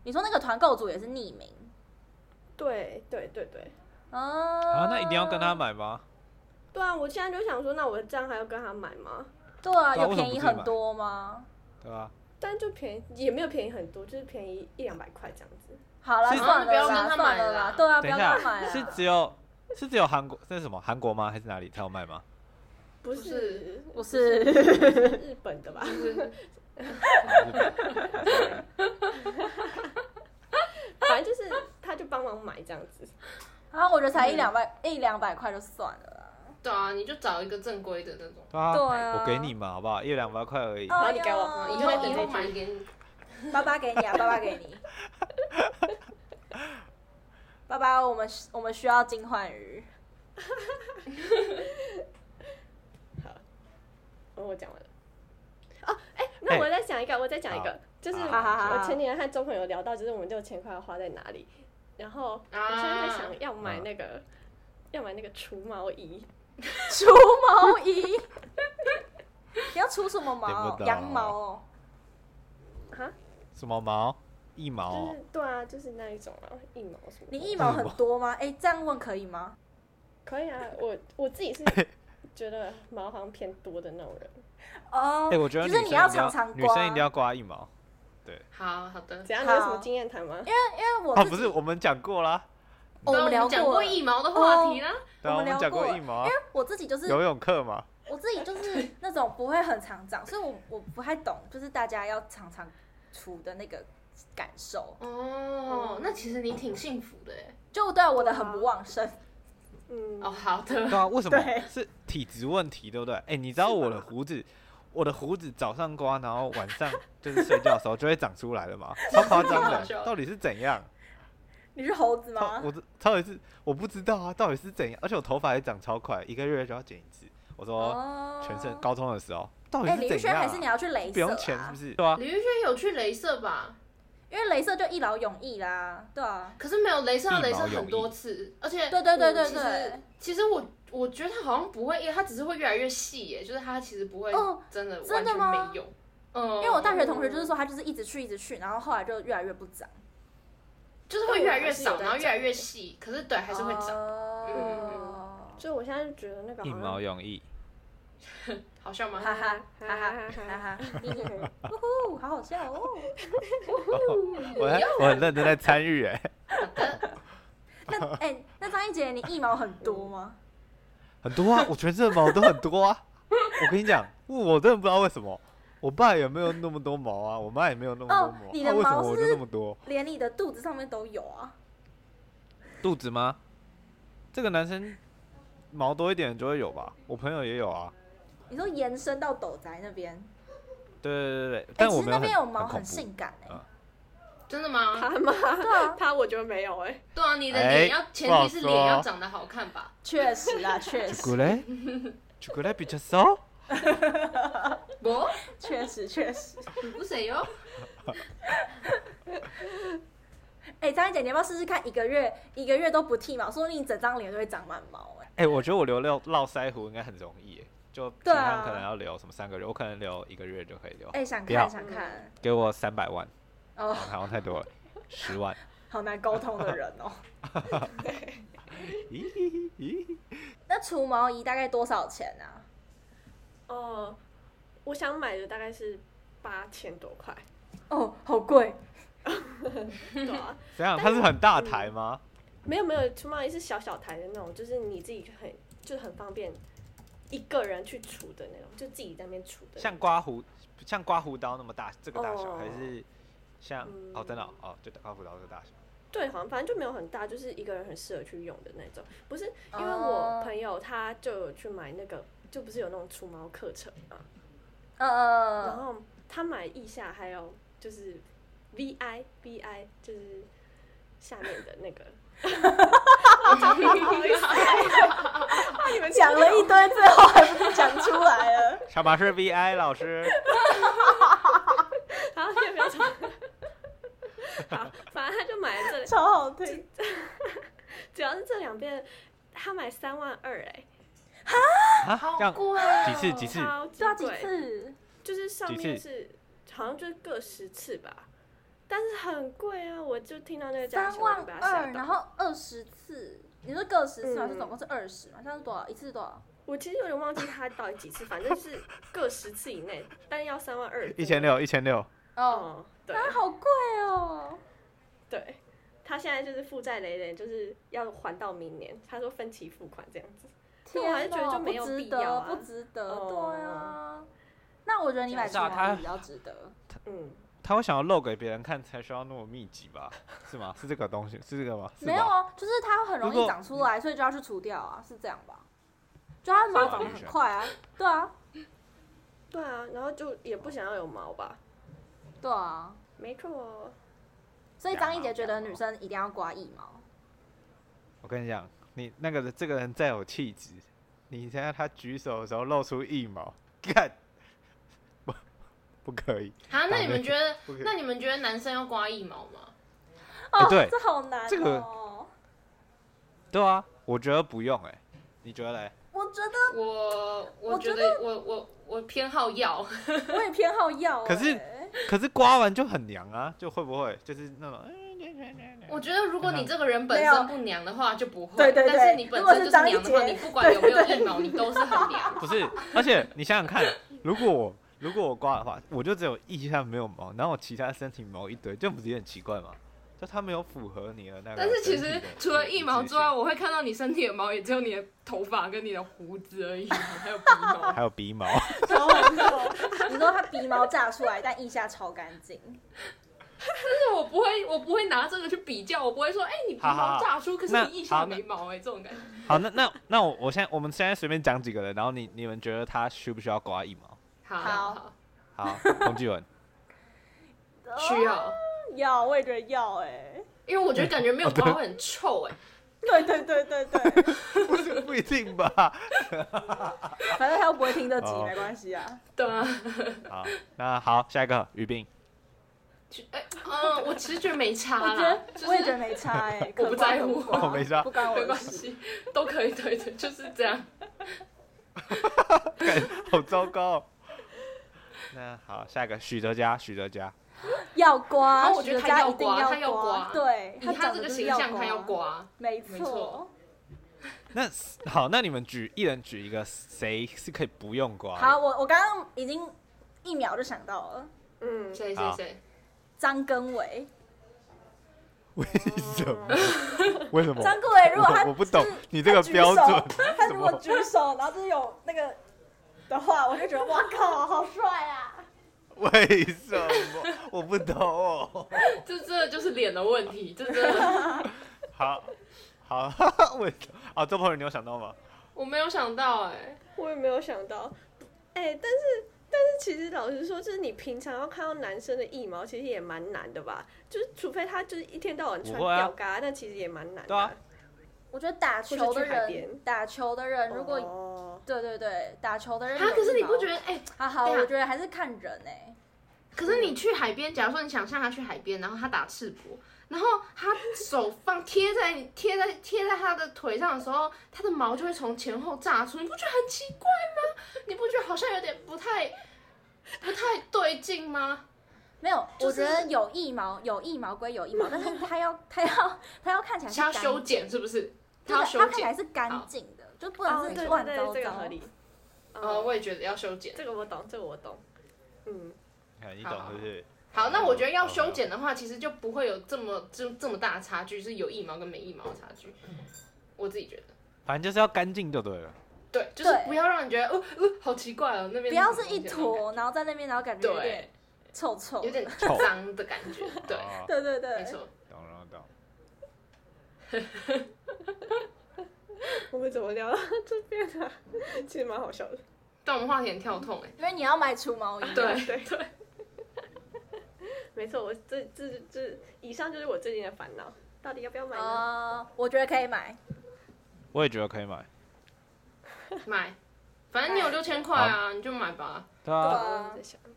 B: 你说那个团购组也是匿名
D: 对对对对，
B: 哦、
A: 啊，那一定要跟他买吗？
D: 对啊，我现在就想说，那我这样还要跟他买吗？
B: 对啊，
A: 对啊
B: 有便宜
A: 为什么不自己买
B: 很多吗？
A: 对吧？
D: 但就便宜也没有便宜很多，就是便宜一两百块这样子。
B: 好啦，
A: 是
B: 算了
C: 不要跟
B: 啦，
C: 他
B: 算
C: 买
B: 了
C: 了
B: 啦
C: 啦，
B: 对啊，不
A: 等一
B: 要跟他买
A: 下，
B: 啦。
A: 是只有是只有韩国，那是什么韩国吗？还是哪里才有卖吗？
D: 不
C: 不
D: 是
C: 是
B: 不是
D: 日本的吧？ 反正就是他就帮忙买这样子。
B: 然后我觉得
A: 嗯
B: 才一两百一两百块就算了啦。
C: 对啊，你就找一个正规的那种。
A: 对啊，
B: 对啊
A: 我给你嘛，好不好？一两百块而已。
B: 哎
D: 后你
B: 呦
D: 给我
C: 啊
D: 哦
C: 以
D: 后
C: 后
D: 以
C: 以
D: 后
C: 后买给你。
B: 爸爸给你啊，爸爸给你。爸爸，我们我们需要金焕鱼。
D: 哦，我讲完了。哦，哎、那
A: 哎
D: 我再讲一个，我再讲一
A: 好
D: 个，就是
A: 好
B: 好好好
D: 我前几天和周朋友聊到，就是我们六千块要花在哪里，然后我现
B: 啊
D: 在在想要
B: 嗯
D: 买那个，要买那个除毛仪，
B: 除毛 仪。你要除什么
A: 听
B: 毛
A: 不？懂啊
B: 羊毛哦。
A: 什么毛？一毛
D: 就
A: 哦
D: 是对啊，就是那一种啊，一毛什么的。
B: 你腋毛很多吗？哎、这样问可以吗？
D: 可以啊，我我自己 是觉得毛好像偏多的那种人，
B: 哦、
A: 哎、我觉得
B: 就
A: 女生一
B: 是你
A: 定要
B: 常常刮。
A: 女生一定要刮一毛。
C: 好好的。
D: 怎样？你有什
B: 好
D: 么经验谈吗？
B: 因为我
A: 啊，
B: 自
A: 不
B: 己
A: 是，我们讲过啦，
B: 哦我们
C: 对啊
B: 聊
C: 我们讲过
B: 了
C: 一毛的话题啦。
A: 对啊，我
B: 我
A: 们
B: 们聊
A: 讲
B: 过
A: 过一毛啊
B: 我自己就是
A: 游泳课嘛，
B: 我自己就是那种不会很常长，所以我我不太懂，就是大家要常常除的那个感受。
C: 哦，那其实你挺幸福的哎。
B: 就对啊我的很不旺盛，
D: 嗯，
C: 哦，好的，
A: 对啊，为什么
B: 对
A: 是体质问题，对不对？哎、你知道我的胡子，我的胡子早上刮，然后晚上就是睡觉的时候就会长出来了 嘛，超夸张
C: 好好
A: 的，
C: 笑
A: 到底是怎样？
B: 你是猴子
A: 超
B: 吗？
A: 我这到底是我不知道啊，到底是怎样？而且我头发也长超快，一个月就要剪一次。我说
B: 哦
A: 全身。高中的时候，到底
B: 哎，
A: 是
B: 李玉
A: 怎
B: 轩
A: 样、
B: 还是你
A: 啊？
B: 要去镭
A: 不
B: 射
A: 用钱是
B: 啊
A: 不？是？对啊，
C: 李玉轩有去镭射吧？
B: 因为镭射就一劳永逸啦，对啊。
C: 可是没有镭射，
A: 一
C: 镭
A: 劳
C: 射
A: 永
C: 很
A: 逸
C: 多次，而且
B: 对对对
C: 我
B: 对
C: 其实
B: 对，
C: 其实我我觉得它好像不会，因为它只是会越来越细耶，就是它其实不会
B: 哦
C: 真的完
B: 真的
C: 全
B: 吗
C: 没有。嗯，
B: 因为我大学同学就是说他就是一直去一直去，然后后来就越来越不长，
C: 就是会越来越少，
D: 但我
C: 然后
D: 还是有在
C: 越来越
D: 长
C: 细，可是对还是会长，
B: 哦
D: 所以我现在觉得那个
A: 一
D: 好像
A: 劳永 逸。
C: 好笑吗？
B: 哈哈哈哈
C: 嗯
B: 哈哈， 呜呼，好好笑 哦。
A: 我在我很认真在参与哎，
B: 那哎、那张一杰，你腋毛很多吗？
A: 很多 啊，我全身的毛都很多啊。我跟你讲，我真的不知道为什么，我爸也没有那么多毛啊，我妈也没有那么多
B: 哦
A: 毛，
B: 你
A: 那
B: 的
A: 为什么
B: 毛
A: 我就是那么多？
B: 连你的肚子上面都有啊。
A: 肚子吗？这个男生毛多一点就会有吧？我朋友也有啊。
B: 你说延伸到斗宅那边，
A: 对对对对，
B: 哎、
A: 但
B: 其
A: 我
B: 实
A: 没
B: 那
A: 很
B: 边有毛
A: 很恐
B: 很
A: 怖
B: 性感哎、
A: 嗯
C: 真的吗？
D: 他吗？
B: 对啊，
D: 他我觉得没有哎、
C: 对啊，你的
A: 哎
C: 脸要前
A: 不好
C: 提是
A: 说
C: 脸要
A: 哦
C: 长得好看吧？
B: 确实啊，确
A: 巧
B: 实，
A: 克力，巧克力比较少。
C: 不，
B: 确实，确实。
C: 不谁 哟？
B: 哎、张一姐，你要不要试试看一个月一个月都不剃毛，说不定你整张脸都会长满毛哎、
A: 哎、我觉得我留留络腮胡应该很容易耶，就平
B: 对
A: 常
B: 啊
A: 可能要留什么三个月，我可能留一个月就可以留。
B: 哎、想
A: 哦不要
B: 看想看
A: 给我三百万，
B: 哦，
A: 好像太多了，十 万。
B: 好难沟通的人 哦。
A: 咦咦咦！
B: 那除毛仪大概多少钱啊？
D: 哦，我想买的大概是八千多块，
B: 哦，好贵。
D: 对啊，
A: 怎样？它是很大台吗？
D: 没有没有，除毛仪是小小台的那种，就是你自己很就很方便，一个人去除的那种，就自己在那边除的。
A: 像刮胡，像刮胡刀那么大，这个大小，
D: 哦
A: 还是像哦，
D: 嗯
A: 真的哦哦，就刮胡刀这个大小。
D: 对，好像反正就没有很大，就是一个人很适合去用的那种。不是因为我朋友他就有去买那个，就不是有那种除毛课程嘛，
B: 呃
D: 然
B: 呃，
D: 后他买腋下还有就是 V I V I 就是下面的那个。不好意思，怕你们
B: 讲了一堆，最后还不是讲出来了。
A: 小马是 VI 老师，
D: 好，先不要吵。 好，反正他就买了这里，
B: 超好听。
D: 主要是这两边，他买三万二哎、
A: 啊
C: 好
A: 这样
C: 贵哦！
A: 几次几次
D: 超级
B: 对啊，几
D: 贵，
B: 次？
D: 就是上面
A: 几次
D: 是好像就是各十次吧，但是很贵啊！我就听到那个价
B: 三
D: 钱，我
B: 万
D: 就把它吓
B: 二，
D: 到
B: 然后二十次。你说各十次嘛，
D: 嗯
B: 就总共是二十嘛？现在是多少？一次是多少？
D: 我其实有点忘记他到底几次，反正就是各十次以内，但要三万二，
A: 一千。六，一千六。
B: 哦，
D: 哦，对
B: 啊，好贵哦！
D: 对，他现在就是负债累累，就是要还到明年。他说分期付款这样子。那我还是
B: 天
D: 觉
B: 哪
D: 得就没有
B: 不值
D: 必要
B: 得，
D: 啊
B: 不值得。
D: 哦
B: 对啊，那我觉得你买
A: 是啊
B: 除
A: 它
B: 毛仪比较值得。
D: 嗯，
A: 他会想要露给别人看，才需要那么密集吧？是吗？是这个东西，是这个吗？是
B: 没有
A: 吧？
B: 啊，就是它很容
A: 如
B: 易
A: 果嗯
B: 长出来，所以就要去除掉啊，是这样吧？就它毛长得很快啊，对啊，
D: 对啊，然后就也不想要有毛吧？
B: 对啊。
D: 没错哦。
B: 所以张一杰觉得
A: 羊毛
B: 女生一定要刮腋毛，
A: 我跟你讲，你那个人这个人再有气质，你想想他举手的时候露出一毛，干， 不不可以。
C: 好，那你们觉得
A: 不可以，
C: 那你们觉得男生要刮腋毛吗？
A: 哎
B: 哦，
A: 对
B: 这好难哦。
A: 这个对啊，我觉得不用哎、你觉得嘞？
B: 我觉
C: 我我
B: 我
C: 觉
B: 觉
C: 得嗯我我我偏好要，
B: 得我也偏好要欸。
A: 可是可是刮完就很娘啊，就会不会就是那种？
C: 我觉得如果你这个人本身不娘的话就不会，
B: 对对对
C: 但是你本身就是娘的
B: 如果
C: 话，
B: 是张一杰
C: 你不管有没有腋毛，你都是很娘。
A: 不是，而且你想想看，如果我如果我刮的话，我就只有腋下没有毛，然后我其他身体毛一堆，这不是有点奇怪吗？就它没有符合你的那个
C: 但是其
A: 身体
C: 实
A: 的
C: 除了腋毛
A: 积
C: 之
A: 极
C: 外，
A: 性，
C: 我会看到你身体的毛，也只有你的头发跟你的胡子而已，还有鼻毛。
A: 还有鼻毛，
D: 超恐
B: 哦
D: 怖。
B: 你说他鼻毛炸出来，但腋下超干净，
C: 但是我不会，我不会拿这个去比较，我不会说，哎、你鼻毛炸出，可是
A: 那
C: 你腋下
A: 好
C: 没毛、哎，这种感觉。
A: 好，那那那我我现在我们现在随便讲几个人，然后你你们觉得他需不需要刮腋毛？
C: 好
B: 好
C: 好，
A: 好，洪继文，
C: 需哦要，
B: 要，我也觉得要哎、
C: 因为我觉得感觉没有刮会很臭、哎，
B: 对对对对 对，
A: 不是 不一定吧？
B: 反正他又不会听这集，
A: 哦
B: 没关系啊。
C: 对啊。
A: 好，那好，下一个于斌，
C: 哎、嗯，我其实觉得没差
B: 我觉
C: 啦，
B: 得、
C: 就是
B: 我也觉得没差哎、可
C: 我不在乎
B: 刮
A: 哦我没差
B: 不关我
C: 没
B: 的
C: 关
B: 事。
C: 系， 都可以，对对，就是这样。
A: 好糟糕哦。那好，下一个许哲佳，许哲佳，
B: 要刮，
C: 然哦后我觉得
B: 许
C: 他
B: 家
C: 要
B: 一定
C: 刮他
B: 要
C: 要刮
B: 对，
C: 以他
B: 长
C: 这
B: 得
C: 个
B: 就是
C: 形象，他要
B: 刮，
C: 刮，啊
B: 没
C: 没错。
A: 那好，那你们举一人举一个，谁是可以不用刮的？
B: 好，我我刚刚已经一秒就想到了
D: 嗯，
C: 谁谁
A: 好
C: 谁，
B: 张根伟，
A: 为什么？为什么？
B: 张根伟如果他
A: 我我不懂
B: 就是
A: 你这个
B: 他举
A: 标
B: 手
A: 准
B: 他
A: 什
B: 如果
A: 么？
B: 举手，然后就是有那个的话，我就觉得哇靠，好帅啊！
A: 为什么？ 我不懂哦。
C: 这这就是脸的问题，这真的
A: 好，好， 我啊，周鹏宇，你有想到吗？
C: 我没有想到、哎，
D: 我也没有想到，哎、但是但是其实老实说，就是你平常要看到男生的腋毛，其实也蛮难的吧？就是除非他就是一天到晚穿
A: 不会啊
D: 吊嘎，那其实也蛮难的。
A: 对啊，
B: 我觉得打球的
D: 或是去海边
B: 人，打球的人如果
D: 哦
B: 对对对，打球的人有
C: 啊，可是你
B: 羽毛
C: 不觉得，哎、
B: 好好，
C: 对啊
B: 我觉得还是看人哎、
C: 可是你去海边，假如说你想象他去海边，然后他打赤膊，然后他手放贴在你贴在贴在他的腿上的时候，他的毛就会从前后炸出，你不觉得很奇怪吗？你不觉得好像有点不太不太对劲吗？
B: 没有，
C: 就
B: 我
C: 是
B: 觉得有腋毛，有腋毛归有腋毛，但 是它要它要它要看起来是
C: 他要
B: 干
C: 修剪是不是？
B: 对
C: 他要
B: 它
C: 修
B: 看起来
C: 剪。
B: 是干净的，就不
D: 哦，
B: 能
D: 对
B: 是
D: 对
B: 乱
D: 对
B: 糟
D: 这个
B: 糟
D: 合。理。
C: 呃，
D: 哦，
C: 我也觉得要修剪。
D: 这个我懂，这个我懂。嗯，
A: 看你懂是不是？
C: 好，那我觉得要修剪的话，其实就不会有这么这这么大的差距，是有腋毛跟没腋毛的差距。我自己觉得，
A: 反正就是要干净就对了。
C: 对，就是
B: 对
C: 不要让你觉得，哦哦，好奇怪哦，那边
B: 不要
C: 什
B: 是
C: 么
B: 一
C: 东西
B: 坨，
C: 那种感觉
B: 然后在那边，然后感觉有
C: 对
B: 点，臭臭。
C: 有
B: 对
C: 点脏的感觉，对，
A: 哦
B: 对
C: 没
B: 对，
C: 错。
A: 懂了懂了。
D: 我们怎么聊到这边啊？其实蛮好笑的。
C: 但我们话题很跳痛哎、
B: 因为你要买除毛仪。
C: 对
D: 对对， 没错，我这这这以上就是我最近的烦恼，到底要不要买呢？
B: 呃，我觉得可以买。
A: 我也觉得可以买。
C: 买，反正你有六千块啊，你就买吧。
A: 对
D: 对
A: 啊，
D: 啊，我在想。
C: 啊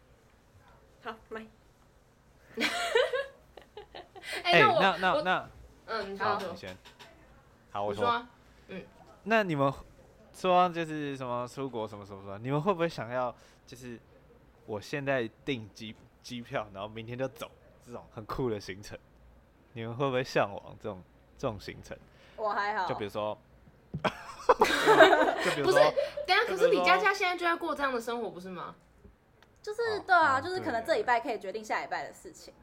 D: 好，买。
C: 哎、
A: 哎，
C: 我
A: 那那
C: 我
A: 那，
C: 嗯，你
A: 好，
C: 说
A: 你先。好，我
C: 你说
A: 说。
C: 啊，
A: 那你们说就是什么出国什么什么什么，你们会不会想要就是我现在订机机票，然后明天就走这种很酷的行程？你们会不会向往这种这种行程？
B: 我还好
A: 就，比如 说，就比如
C: 不是
A: 说，
C: 等一下，
A: 就
C: 可
A: 比如
C: 是
A: 说
C: 李佳佳现在就在过这样的生活，不是吗？
B: 就是
A: 哦
B: 对
A: 哦
B: 啊，就是
A: 对
B: 可能
A: 对
B: 这礼拜可以决定下礼拜的事情。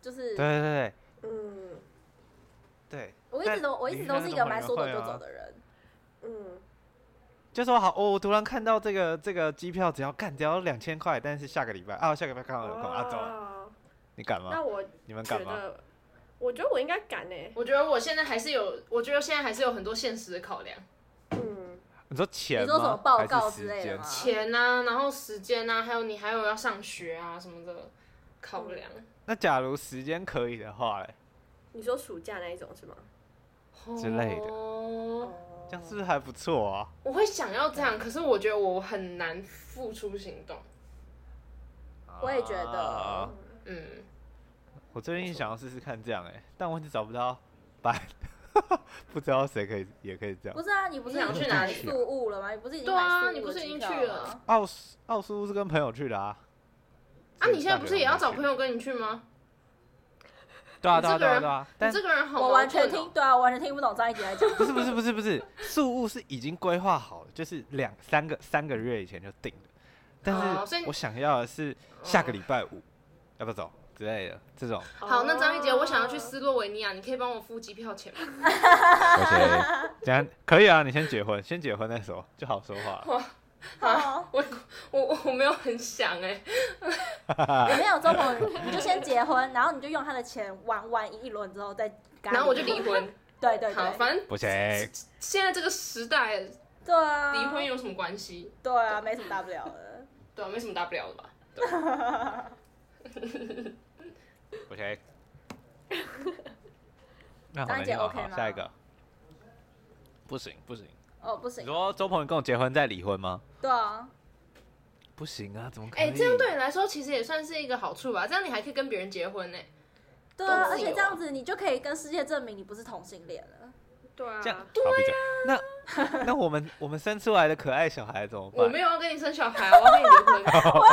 B: 就是
A: 对对对
D: 嗯
A: 对，
B: 我一直都我一直都是一个蛮说走就走
A: 的。
B: 的人。
D: 嗯，
A: 就说好哦，我突然看到这个这个机票只要干只要两千块，但是下个礼拜啊，下个礼拜刚好有空啊，
B: 哦
A: 走啊，
D: 哇
A: 你敢吗
D: 那？我
A: 你们
D: 觉
A: 敢吗？
D: 得，我觉得我应该欸敢
A: 哎
D: 诶。
C: 我觉得我现在还是有，我觉得现在还是有很多现实的考量，
D: 嗯，
A: 你说钱吗？
B: 你说什么报
A: 还是
B: 告
A: 时
B: 之类的
A: 间
B: 吗
C: 钱啊，然后时间啊，还有你还有要上学啊什么的考量。
A: 那假如时间可以的话嘞，
D: 你说暑假那一种是吗？
A: 嗯之类的
C: 的
D: 哦
A: 这样是不是还不错啊？
C: 我会想要这样，可是我觉得我很难付出行动。
B: 我也觉得
A: 啊
C: 嗯，
A: 我最近想要试试看这样哎、但我一直找不到伴， 不知道谁可以也可以这样
B: 不。是啊，你不是
C: 你想
B: 已经
C: 去哪
B: 买
C: 里
B: 宿务了吗？你不是已经
C: 对
B: 买
C: 啊
B: 宿务
C: 你不
B: 的
C: 是已
B: 机
C: 经
B: 票
C: 去
B: 吗
C: 了？
A: 奥斯奥斯陆是跟朋友去的啊。
C: 啊，你现在不是也要找朋
A: 友？
C: 友跟你去吗？
A: 对啊
C: 你
A: 对啊
C: 这个
A: 对啊
C: 人
A: 对啊，
C: 你
A: 但
C: 这个人好矛盾哦，
B: 我完全听，对啊，我完全听不懂张一杰在 讲。
A: 不是不是不是不是，宿务是已经规划好了，就是两三个三个月以前就定的。
C: 哦
A: 但
C: 所以
A: 是
C: 你哦
A: 我想要的是下个礼拜五，要不要走？之类的这种。
C: 好，那张一杰，我想
B: 哦
C: 要去
D: 哦
C: 斯洛维尼亚，你可以帮我付机票钱吗？
A: OK，这样可以啊，你先结婚，先结婚再说就好说 话了。
B: 好，
C: 我我我没有很想哎、
A: 啊
B: 有没有周鹏？你就先结婚，然后你就用他的钱玩玩一轮之后再跟他，
C: 然后我就离婚。
B: 对对
C: 好，
B: 对，
C: 反正
A: 不行，
C: 现在这个时代，离
B: 对啊，
C: 婚有什么关系？
B: 对啊，没什么大不了的。
C: 对啊，没什么大不了的吧？
A: 不行。那好
B: 张
A: 难
B: 姐
A: 听哦
B: OK
A: 好
B: 吗
A: 下一个。不行不行，
B: 哦，不
A: 你
B: 行，
A: 说周鹏宇跟我结婚再离婚吗？
B: 对啊，
A: 不行啊，怎么可以？
C: 哎、这样对你来说其实也算是一个好处吧？这样你还可以跟别人结婚呢、
B: 对啊，
C: 都
B: 而
C: 自由啊
B: 且这样子你就可以跟世界证明你不是同性恋了。
D: 对
A: 这样
D: 啊，
A: 好闭嘴。那那我们我们生出来的可爱小孩怎么
C: 我
A: 办
C: 没？有要跟你生小孩，我要跟你 离婚。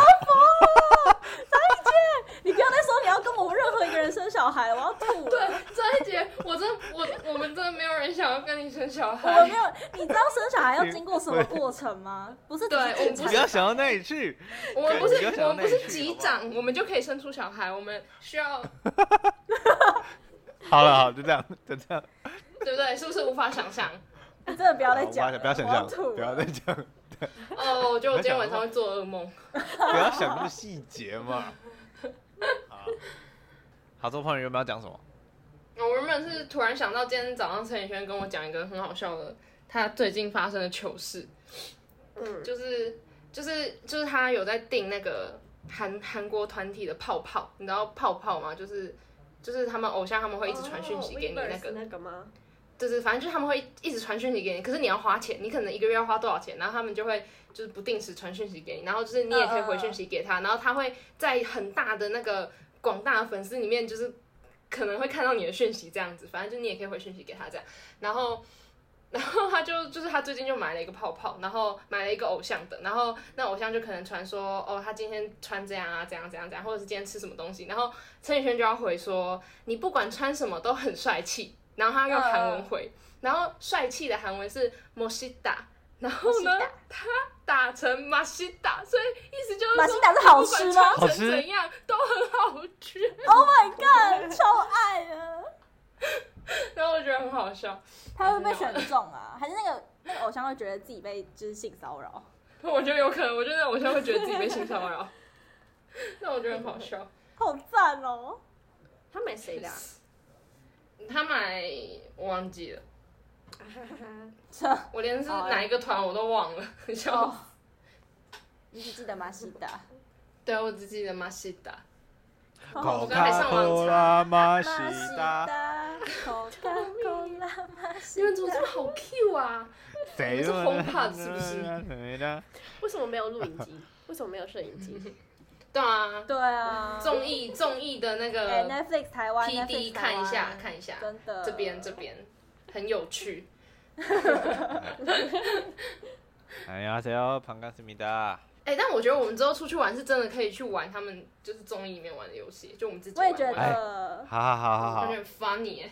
B: 你不要再说你要跟我们任何一个人生小孩了，我要吐
C: 对
B: 了。，
C: 张一杰，我真我我们真的没有人想要跟你生小
B: 我们
C: 孩
B: 没。有，你知道生小孩要经过什么过程 吗？不是只是
C: 对我们
A: 你不要想到那里去。
C: 我们不是
A: 对你就想
C: 我
A: 到
C: 们
A: 那
C: 不
A: 里去
C: 是级长，我们就可以生出小孩。我们需要
A: 好了，好，就这样，就这样。
C: 对不对？是不是无法想象？
B: 你真的不
A: 不
B: 要再讲了，
A: 不要想
B: 我
A: 象，
B: 吐了
A: 不要再讲，
C: 哦，我觉得我今天晚上会做噩梦。
A: 不要想那么细节嘛。好，好，周鹏宇有没有讲什么？
C: 我原本是突然想到，今天早上陈宇轩跟我讲一个很好笑的，他最近发生的糗事，
D: 嗯，
C: 就是就是就是他有在订那个韩韩国团体的泡泡，你知道泡泡吗？就是就是他们偶像他们会一直传讯息给你那
D: 哦
C: 个
D: Weverse 那个吗？
C: 就是反正就是他们会一直传讯息给你，可是你要花钱，你可能一个月要花多少钱，然后他们就会就是不定时传讯息给你，然后就是你也可以回讯息给他，然后他会在很大的那个广大的粉丝里面，就是可能会看到你的讯息这样子，反正就你也可以回讯息给他这样，然后。 然后他就就是他最近就买了一个泡泡，然后买了一个偶像的，然后那偶像就可能传说哦，他今天穿这样啊，怎样怎样怎样，或者是今天吃什么东西，然后陈宇轩就要回说你不管穿什么都很帅气，然后他用韩文回，然后帅气的韩文是 m o s i t a 然后呢
B: Moshita
C: 他打成 m a s i t a 所以意思就是
B: 马
C: 说
B: 西达是好
C: 不管
B: 吃吗
C: 穿
A: 好
C: 成
A: 吃
C: 怎样都很好吃，
B: ？Oh my god，超爱啊的。
C: 然后我觉得很好笑，
B: 他会不会选中啊？ 还是那个那个偶像会觉得自己被就是性骚扰？
C: 我觉得有可能，我觉得我现在会觉得自己被性骚扰， 那我觉得很好笑。
B: 好赞哦！
D: 他买谁的啊？
C: 他买我忘记了，
B: 这
C: 我连是哪一个团我都忘了， 你知道
B: 哎哦
C: 吗？，
B: 你只记得马西达。
C: 对，啊我只记得 m a s i t a
B: 好
C: 我刚才上网
A: 拉马哦西
B: 马西 达，口干口拉马西
C: 你们怎么
B: 达
C: 这。么好 Q 啊？
A: 谁
C: 是红怕是不是
A: 是？
D: 为什么没有录影 机？为什么没有摄影机？
C: 对啊，
B: 对啊，
C: 综艺综艺的那
B: 哎
C: 个
B: Netflix 台湾
C: P D
B: Netflix
C: 看
B: 台
C: 一下
B: 湾
C: 看一下，
B: 真的
C: 这边这边很有趣。
A: 哎呀，谁要旁观思密达？
C: 哎、但我觉得我们之后出去玩是真的可以去玩他们就是综艺里面玩的游戏，就我们自己
B: 我
C: 玩
B: 也
C: 玩。
B: 觉
A: 哎
B: 得，
A: 好好好好好
C: 感觉，很 funny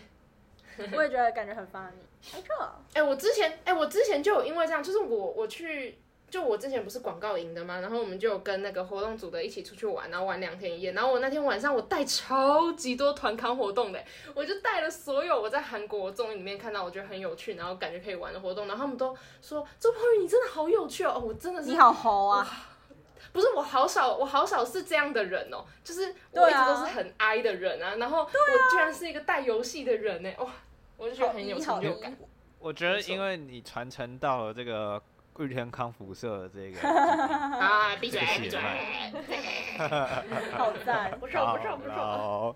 C: 哎、
B: 我也觉得感觉很 funny，没错。
C: 哎我之前哎、我之前就有因为这样，就是我我去。就我之前不是广告营的嘛，然后我们就有跟那个活动组的一起出去玩，然后玩两天一夜。然后我那天晚上我带超级多团康活动的欸，我就带了所有我在韩国综艺里面看到我觉得很有趣，然后感觉可以玩的活动，然后他们都说周鹏宇你真的好有趣哦，哦我真的是
B: 你好猴啊！
C: 不是我好少，我好少是这样的人哦、就是我
B: 对
C: 一直
B: 啊
C: 都是很 I 的人啊，然后我居然是一个带游戏的人呢、哇、我就觉得很有成就感。
A: 我觉得因为你传承到了这个日天康辐射的这 个
C: 啊！闭嘴
A: 这个
C: 闭
A: 血
C: 嘴！
A: 脉
B: 好赞！
D: 不错不错不错，
A: 错。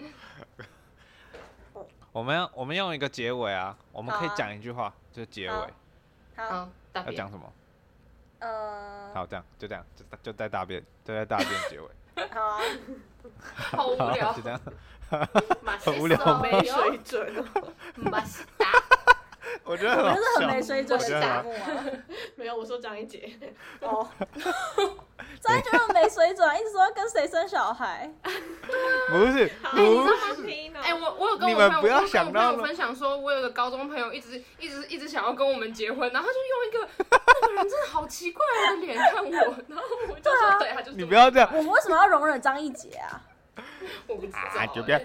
A: 我们要我们用一个结尾啊，我们可以
B: 好啊
A: 讲一句话，就是结
B: 好
A: 尾
B: 好，
C: 好，嗯大
A: 要
C: 便
A: 讲什么？
B: 呃，
A: 好，这样就这样，就就在大便，就在大便结尾，
B: 好啊，
C: 好无
A: 好，
C: 聊
A: 就，这样。
C: 马
A: 很无聊
D: 没水准哦，
C: 马西达，
A: 我觉得很
B: 我们是很
A: 好
B: 没
A: 笑。
B: 水准
A: 我
B: 的
A: 觉得
B: 节
A: 啊
B: 目啊。
D: 没有，我说张一杰，
B: 哦， 张一觉得没水准，一直说要跟谁生小孩。
A: 不是不是，
D: 听
C: 哎，我我有跟
A: 你
C: 我
A: 们
C: 朋友，
A: 不要
C: 我有
A: 想
C: 跟我
A: 到
C: 朋友
A: 了
C: 分享说，我有个高中朋友一直一直一直想要跟我们结婚，然后他就 用一个那个人真的好奇怪的脸看我，然后我就说，对，他就是这么
A: 你不要这样
B: 我们为什么要容忍张一杰啊？
C: 我不知道、
A: 啊，
C: 欸。
A: 就不要，